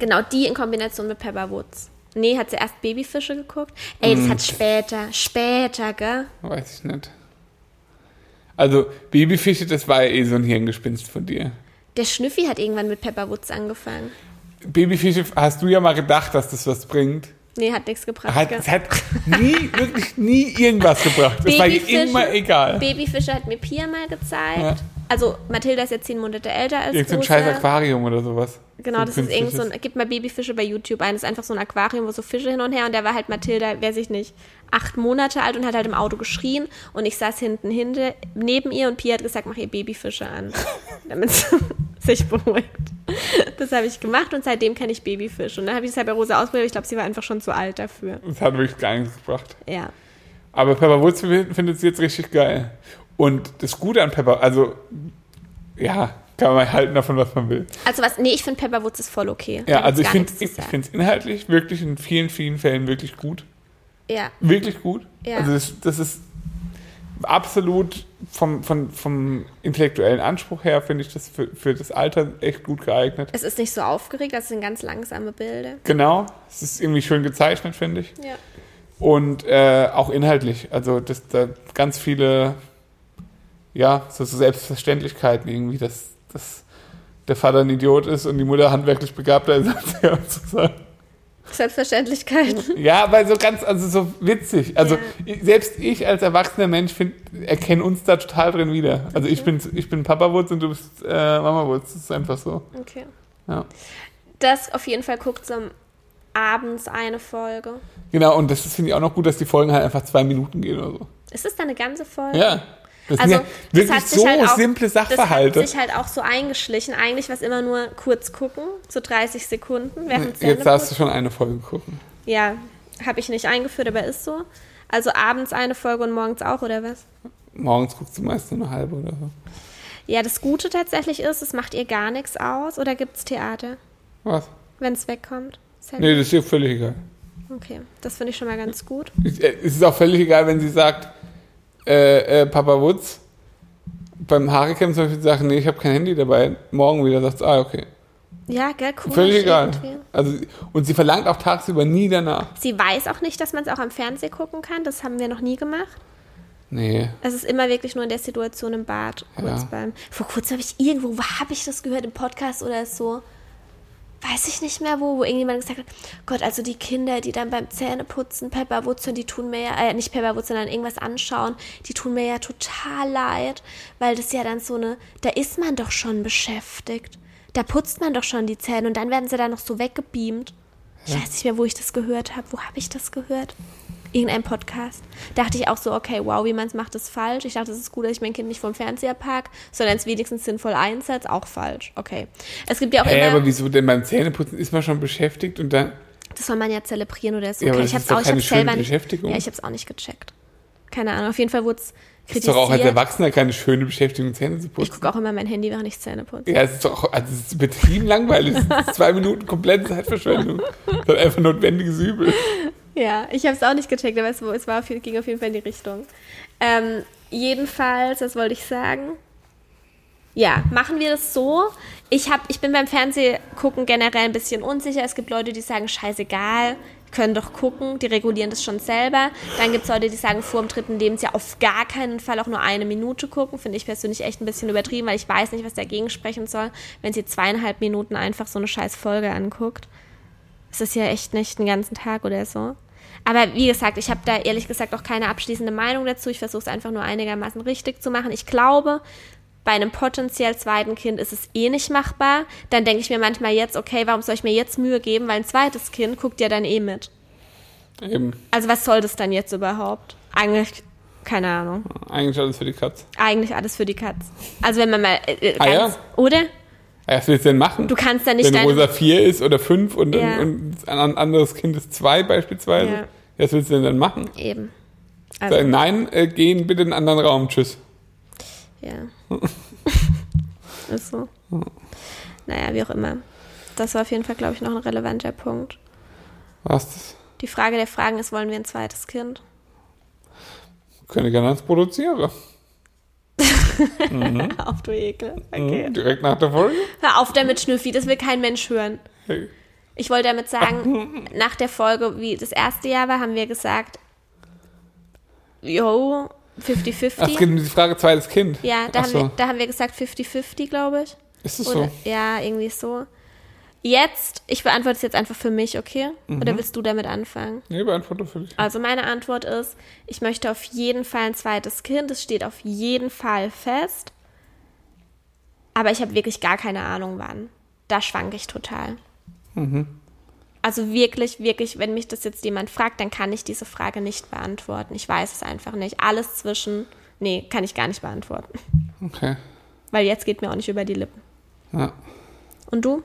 Speaker 1: genau, die in Kombination mit Pepperwoods. Nee, hat sie erst Babyfische geguckt? Ey,
Speaker 2: Mhm.
Speaker 1: das hat später, später, gell?
Speaker 2: Weiß ich nicht. Also, Babyfische, das war ja eh so ein Hirngespinst von dir.
Speaker 1: Der Schnüffi hat irgendwann mit Pepperwoods angefangen.
Speaker 2: Babyfische, hast du ja mal gedacht, dass das was bringt?
Speaker 1: Nee, hat nichts gebracht,
Speaker 2: Hat,
Speaker 1: gell?
Speaker 2: es hat nie, wirklich nie irgendwas gebracht. Es war dir immer egal.
Speaker 1: Babyfische hat mir Pia mal gezeigt.
Speaker 2: Ja.
Speaker 1: Also, Mathilda ist ja zehn Monate älter als
Speaker 2: Irgend so ein
Speaker 1: Rosa.
Speaker 2: scheiß Aquarium oder sowas. So
Speaker 1: Genau,
Speaker 2: ein
Speaker 1: das ist irgend so
Speaker 2: künstliches.
Speaker 1: ein, gib mal Babyfische bei YouTube ein, das ist einfach so ein Aquarium, wo so Fische hin und her und da war halt Mathilda, wer sich nicht, acht Monate alt und hat halt im Auto geschrien und ich saß hinten hinter, neben ihr und Pia hat gesagt, mach ihr Babyfische an, damit sie sich beruhigt. Das habe ich gemacht und seitdem kenne ich Babyfische und dann habe ich es halt bei Rosa ausprobiert, ich glaube, sie war einfach schon zu alt dafür.
Speaker 2: Das hat wirklich gar nichts gebracht.
Speaker 1: Ja.
Speaker 2: Aber Pepper Woods findet es jetzt richtig geil. Und das Gute an Pepper, also, ja, kann man halten davon, was man will.
Speaker 1: Also was, nee, ich finde Pepperwoods ist voll okay. Da
Speaker 2: Ja,
Speaker 1: gibt's
Speaker 2: also ich
Speaker 1: gar
Speaker 2: finde
Speaker 1: nichts zu sagen.
Speaker 2: es inhaltlich wirklich in vielen, vielen Fällen wirklich gut.
Speaker 1: Ja,
Speaker 2: Wirklich gut.
Speaker 1: Ja.
Speaker 2: Also das, das ist absolut vom, vom, vom intellektuellen Anspruch her, finde ich das für, für das Alter echt gut geeignet.
Speaker 1: es ist nicht so aufgeregt, das sind ganz langsame Bilder.
Speaker 2: Genau, es ist irgendwie schön gezeichnet, finde ich.
Speaker 1: Ja.
Speaker 2: Und äh, auch inhaltlich. Also das, da ganz viele, ja, so, so Selbstverständlichkeiten irgendwie, dass, dass der Vater ein Idiot ist und die Mutter handwerklich begabter ist als er sozusagen.
Speaker 1: Selbstverständlichkeit.
Speaker 2: Ja, weil so ganz, also so witzig. Also
Speaker 1: Ja.
Speaker 2: ich- selbst ich als erwachsener Mensch find, erkenne uns da total drin wieder. Also ich bin ich bin Papa Woods und du bist äh, Mama Woods. Das ist einfach so.
Speaker 1: Okay.
Speaker 2: Ja.
Speaker 1: Das auf jeden Fall guckt so abends eine Folge.
Speaker 2: Genau, und das ist, finde ich auch noch gut, dass die Folgen halt einfach zwei Minuten gehen oder so.
Speaker 1: Ist das dann eine ganze Folge?
Speaker 2: Ja. Das
Speaker 1: Also,
Speaker 2: sind ja
Speaker 1: das
Speaker 2: wirklich
Speaker 1: hat sich
Speaker 2: so
Speaker 1: halt auch-
Speaker 2: simple
Speaker 1: Das hat
Speaker 2: Sachverhalte.
Speaker 1: sich halt auch so eingeschlichen. Eigentlich war es immer nur kurz gucken, so 30 Sekunden während
Speaker 2: Jetzt darfst du
Speaker 1: das
Speaker 2: schon eine Folge gucken.
Speaker 1: Ja, habe ich nicht eingeführt, aber ist so. Also abends eine Folge und morgens auch, oder was?
Speaker 2: Morgens guckst du meist nur eine halbe oder so.
Speaker 1: Ja, das Gute tatsächlich ist, es macht ihr gar nichts aus. Oder gibt es Theater,
Speaker 2: Was?
Speaker 1: wenn es wegkommt? Ist halt-
Speaker 2: Nee, das ist dir völlig egal.
Speaker 1: Okay, das finde ich schon mal ganz gut.
Speaker 2: Ich- äh, Es ist auch völlig egal, wenn sie sagt, äh, äh, Papa Woods, beim Haarcam zum Beispiel sagt, nee, ich habe kein Handy dabei. Morgen wieder sagt ah, okay.
Speaker 1: Ja, gell, cool.
Speaker 2: Völlig egal. Also, und sie verlangt auch tagsüber nie danach.
Speaker 1: Sie weiß auch nicht, dass man es auch am Fernsehen gucken kann. Das haben wir noch nie gemacht.
Speaker 2: Nee.
Speaker 1: Es ist immer wirklich nur in der Situation im Bad. Kurz
Speaker 2: Ja.
Speaker 1: beim, vor kurzem habe ich irgendwo, wo habe ich das gehört, im Podcast oder so? Weiß ich nicht mehr wo, wo irgendjemand gesagt hat, Gott, also die Kinder, die dann beim Zähneputzen Pepperwurzeln, die tun mir ja, äh, nicht Pepperwurzeln, sondern irgendwas anschauen, die tun mir ja total leid, weil das ja dann so eine, da ist man doch schon beschäftigt. Da putzt man doch schon die Zähne und dann werden sie da noch so weggebeamt. Ich weiß nicht mehr, wo ich das gehört habe. Wo habe ich das gehört? Irgendein Podcast. Dachte ich auch so, okay, wow, wie man es macht, ist falsch. Ich dachte, es ist gut, dass ich mein Kind nicht vom Fernseher pack, sondern es wenigstens sinnvoll einsetzt. Auch falsch. Okay. Es gibt ja auch
Speaker 2: Hä,
Speaker 1: immer,
Speaker 2: aber wieso denn beim Zähneputzen ist man schon beschäftigt und dann.
Speaker 1: das soll man ja zelebrieren oder so.
Speaker 2: Ja, aber
Speaker 1: okay,
Speaker 2: das
Speaker 1: ich habe
Speaker 2: ist doch
Speaker 1: auch, ich
Speaker 2: keine
Speaker 1: hab's
Speaker 2: schöne
Speaker 1: selber nicht,
Speaker 2: Beschäftigung.
Speaker 1: ja, ich habe es auch nicht gecheckt. Keine Ahnung. Auf jeden Fall wurde es
Speaker 2: Ist
Speaker 1: kritisiert.
Speaker 2: doch auch halt als Erwachsener keine schöne Beschäftigung, Zähne zu
Speaker 1: ich
Speaker 2: putzen.
Speaker 1: gucke auch immer mein Handy, während ich Zähne putze.
Speaker 2: Ja, es ist doch, also es ist betrieben langweilig. Es ist zwei Minuten komplette Zeitverschwendung. Das ist einfach notwendiges Übel.
Speaker 1: Ja, ich habe es auch nicht gecheckt, aber es, es war, auf- ging auf jeden Fall in die Richtung. Ähm, jedenfalls, was wollte ich sagen? Ja, machen wir das so. Ich, hab, ich bin beim Fernsehgucken generell ein bisschen unsicher. Es gibt Leute, die sagen, scheißegal, können doch gucken, die regulieren das schon selber. Dann gibt es Leute, die sagen, vor dem dritten Lebensjahr auf gar keinen Fall auch nur eine Minute gucken. Finde ich persönlich echt ein bisschen übertrieben, weil ich weiß nicht, was dagegen sprechen soll, wenn sie zweieinhalb Minuten einfach so eine scheiß Folge anguckt. Es ist ja echt nicht den ganzen Tag oder so. Aber wie gesagt, ich habe da ehrlich gesagt auch keine abschließende Meinung dazu. Ich versuche es einfach nur einigermaßen richtig zu machen. Ich glaube, bei einem potenziell zweiten Kind ist es eh nicht machbar. Dann denke ich mir manchmal jetzt, okay, warum soll ich mir jetzt Mühe geben? Weil ein zweites Kind guckt ja dann eh mit.
Speaker 2: Eben.
Speaker 1: Also was soll das dann jetzt überhaupt? Eigentlich, keine Ahnung.
Speaker 2: Eigentlich alles für die Katz.
Speaker 1: Eigentlich alles für die Katz. Also wenn man mal äh, äh,
Speaker 2: Ah ja?
Speaker 1: ganz, oder?
Speaker 2: Ja, was willst du denn machen?
Speaker 1: Du kannst ja nicht
Speaker 2: Wenn
Speaker 1: deine-
Speaker 2: Rosa vier ist oder fünf und,
Speaker 1: Ja.
Speaker 2: und ein anderes Kind ist zwei beispielsweise.
Speaker 1: Ja. Also-
Speaker 2: Was willst du denn dann machen?
Speaker 1: Eben.
Speaker 2: Sagen, nein, äh, gehen bitte in einen anderen Raum, tschüss.
Speaker 1: Ja. ist so. Naja, wie auch immer. Das war auf jeden Fall, glaube ich, noch ein relevanter Punkt.
Speaker 2: Was das?
Speaker 1: Die Frage der Fragen ist, wollen wir ein zweites Kind?
Speaker 2: Könnte gerne eins produzieren.
Speaker 1: Auf du Ekel.
Speaker 2: Mhm,
Speaker 1: Okay.
Speaker 2: Direkt nach der Folge?
Speaker 1: Hör auf damit, Schnüffi, das will kein Mensch hören.
Speaker 2: Hey.
Speaker 1: Ich wollte damit sagen, nach der Folge, wie das erste Jahr war, haben wir gesagt, yo,
Speaker 2: Ach, es
Speaker 1: 50-50.
Speaker 2: geht um die Frage zweites Kind.
Speaker 1: Ja, da
Speaker 2: Ach
Speaker 1: haben,
Speaker 2: so.
Speaker 1: wir, da haben wir gesagt 50-50, glaube ich.
Speaker 2: Ist es
Speaker 1: Oder,
Speaker 2: so?
Speaker 1: Ja, irgendwie so. Jetzt, ich beantworte es jetzt einfach für mich, okay? Oder willst du damit anfangen?
Speaker 2: Nee, beantworte für dich.
Speaker 1: Also meine Antwort ist, ich möchte auf jeden Fall ein zweites Kind. Es steht auf jeden Fall fest. Aber ich habe wirklich gar keine Ahnung, wann. Da schwanke ich total. Also wirklich, wirklich, wenn mich das jetzt jemand fragt, dann kann ich diese Frage nicht beantworten. Ich weiß es einfach nicht. Alles zwischen, nee, kann ich gar nicht beantworten.
Speaker 2: Okay.
Speaker 1: Weil jetzt geht mir auch nicht über die Lippen.
Speaker 2: Ja.
Speaker 1: Und du?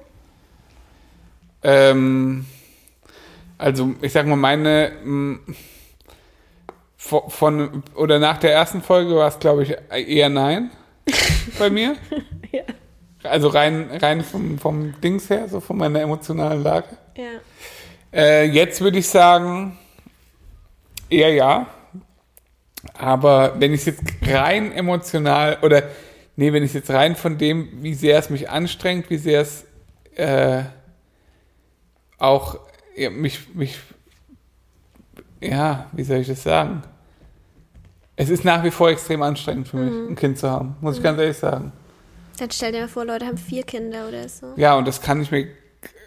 Speaker 2: Ähm, also, ich sag mal, meine m, vo- von oder nach der ersten Folge war es, glaube ich, eher nein bei mir.
Speaker 1: Ja.
Speaker 2: Also rein, rein vom, vom Dings her, so von meiner emotionalen Lage.
Speaker 1: Ja.
Speaker 2: Äh, jetzt würde ich sagen, eher ja. Aber wenn ich es jetzt rein emotional oder nee, wenn ich es jetzt rein von dem, wie sehr es mich anstrengt, wie sehr es äh, auch ja, mich, mich, ja, wie soll ich das sagen? Es ist nach wie vor extrem anstrengend für mich,
Speaker 1: Mhm.
Speaker 2: ein Kind zu haben, muss ich ganz ehrlich sagen.
Speaker 1: Dann stell dir mal vor, Leute haben vier Kinder oder so.
Speaker 2: Ja, und das kann ich mir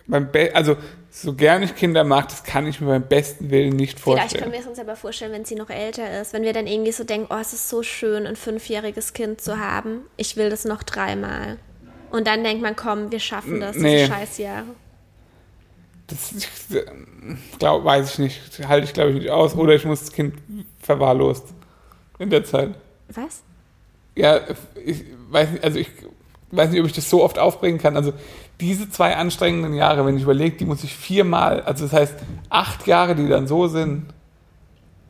Speaker 2: beim Be also so gern ich Kinder mag, das kann ich mir beim besten Willen nicht
Speaker 1: Vielleicht können
Speaker 2: vorstellen.
Speaker 1: wir es uns aber vorstellen, wenn sie noch älter ist. Wenn wir dann irgendwie so denken, oh, es ist so schön, ein fünfjähriges Kind zu haben. Ich will das noch dreimal. Und dann denkt man, komm, wir schaffen das,
Speaker 2: Nee.
Speaker 1: diese Scheißjahre. Das
Speaker 2: Ich glaub, weiß ich nicht, halte ich glaube ich nicht aus oder ich muss das Kind verwahrlost in der Zeit.
Speaker 1: Was?
Speaker 2: Ja, ich weiß nicht, also ich weiß nicht, ob ich das so oft aufbringen kann. Also diese zwei anstrengenden Jahre, wenn ich überlege, die muss ich viermal, also das heißt acht Jahre, die dann so sind.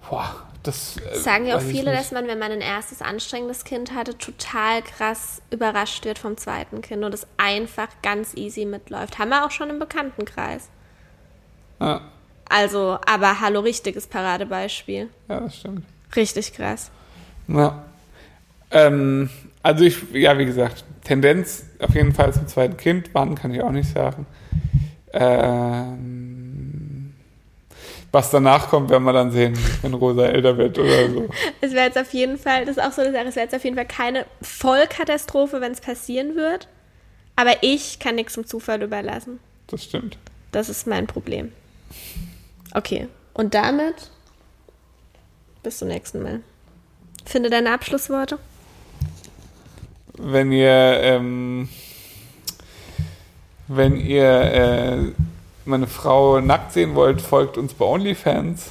Speaker 2: Boah, das äh,
Speaker 1: Sagen ja auch
Speaker 2: weiß ich
Speaker 1: viele,
Speaker 2: nicht.
Speaker 1: dass man, wenn man ein erstes anstrengendes Kind hatte, total krass überrascht wird vom zweiten Kind und es einfach ganz easy mitläuft. Haben wir auch schon im Bekanntenkreis.
Speaker 2: Ja,
Speaker 1: Also, aber hallo, richtiges Paradebeispiel.
Speaker 2: ja, das stimmt.
Speaker 1: Richtig krass.
Speaker 2: Ja. Ähm, also ich, ja, wie gesagt, Tendenz auf jeden Fall zum zweiten Kind. Wann kann ich auch nicht sagen. Ähm, was danach kommt, werden wir dann sehen, wenn Rosa älter wird oder so.
Speaker 1: Es wäre jetzt auf jeden Fall, das ist auch so eine Sache, es wäre jetzt auf jeden Fall keine Vollkatastrophe, wenn es passieren wird. Aber ich kann nichts zum Zufall überlassen.
Speaker 2: Das stimmt.
Speaker 1: Das ist mein Problem. Okay, und damit bis zum nächsten Mal. Finde deine Abschlussworte.
Speaker 2: Wenn ihr, ähm, wenn ihr äh, meine Frau nackt sehen wollt, folgt uns bei OnlyFans.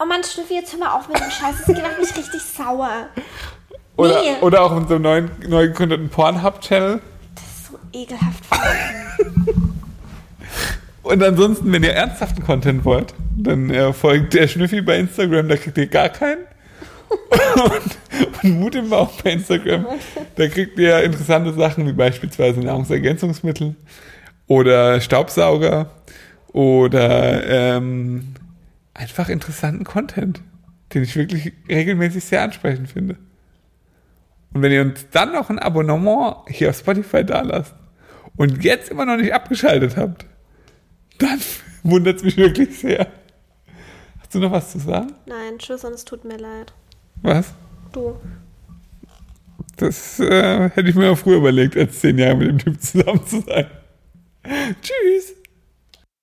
Speaker 1: Oh Mann, Schnüffi, jetzt hör mal auf mit dem Scheiß. Das macht mich richtig sauer.
Speaker 2: Oder,
Speaker 1: Nee.
Speaker 2: oder auch unserem neuen, neu gegründeten Pornhub-Channel.
Speaker 1: So ekelhaft.
Speaker 2: Und ansonsten, wenn ihr ernsthaften Content wollt, dann äh, folgt der Schnüffi bei Instagram, da kriegt ihr gar keinen. und, und Mut im Bauch bei Instagram, da kriegt ihr interessante Sachen wie beispielsweise Nahrungsergänzungsmittel oder Staubsauger oder ähm, einfach interessanten Content, den ich wirklich regelmäßig sehr ansprechend finde. Und wenn ihr uns dann noch ein Abonnement hier auf Spotify da lasst und jetzt immer noch nicht abgeschaltet habt, dann wundert es mich wirklich sehr. Hast du noch was zu sagen?
Speaker 1: Nein, tschüss und es tut mir leid.
Speaker 2: Was?
Speaker 1: Du.
Speaker 2: Das äh, hätte ich mir auch früher überlegt, als zehn Jahre mit dem Typ zusammen zu sein. Tschüss.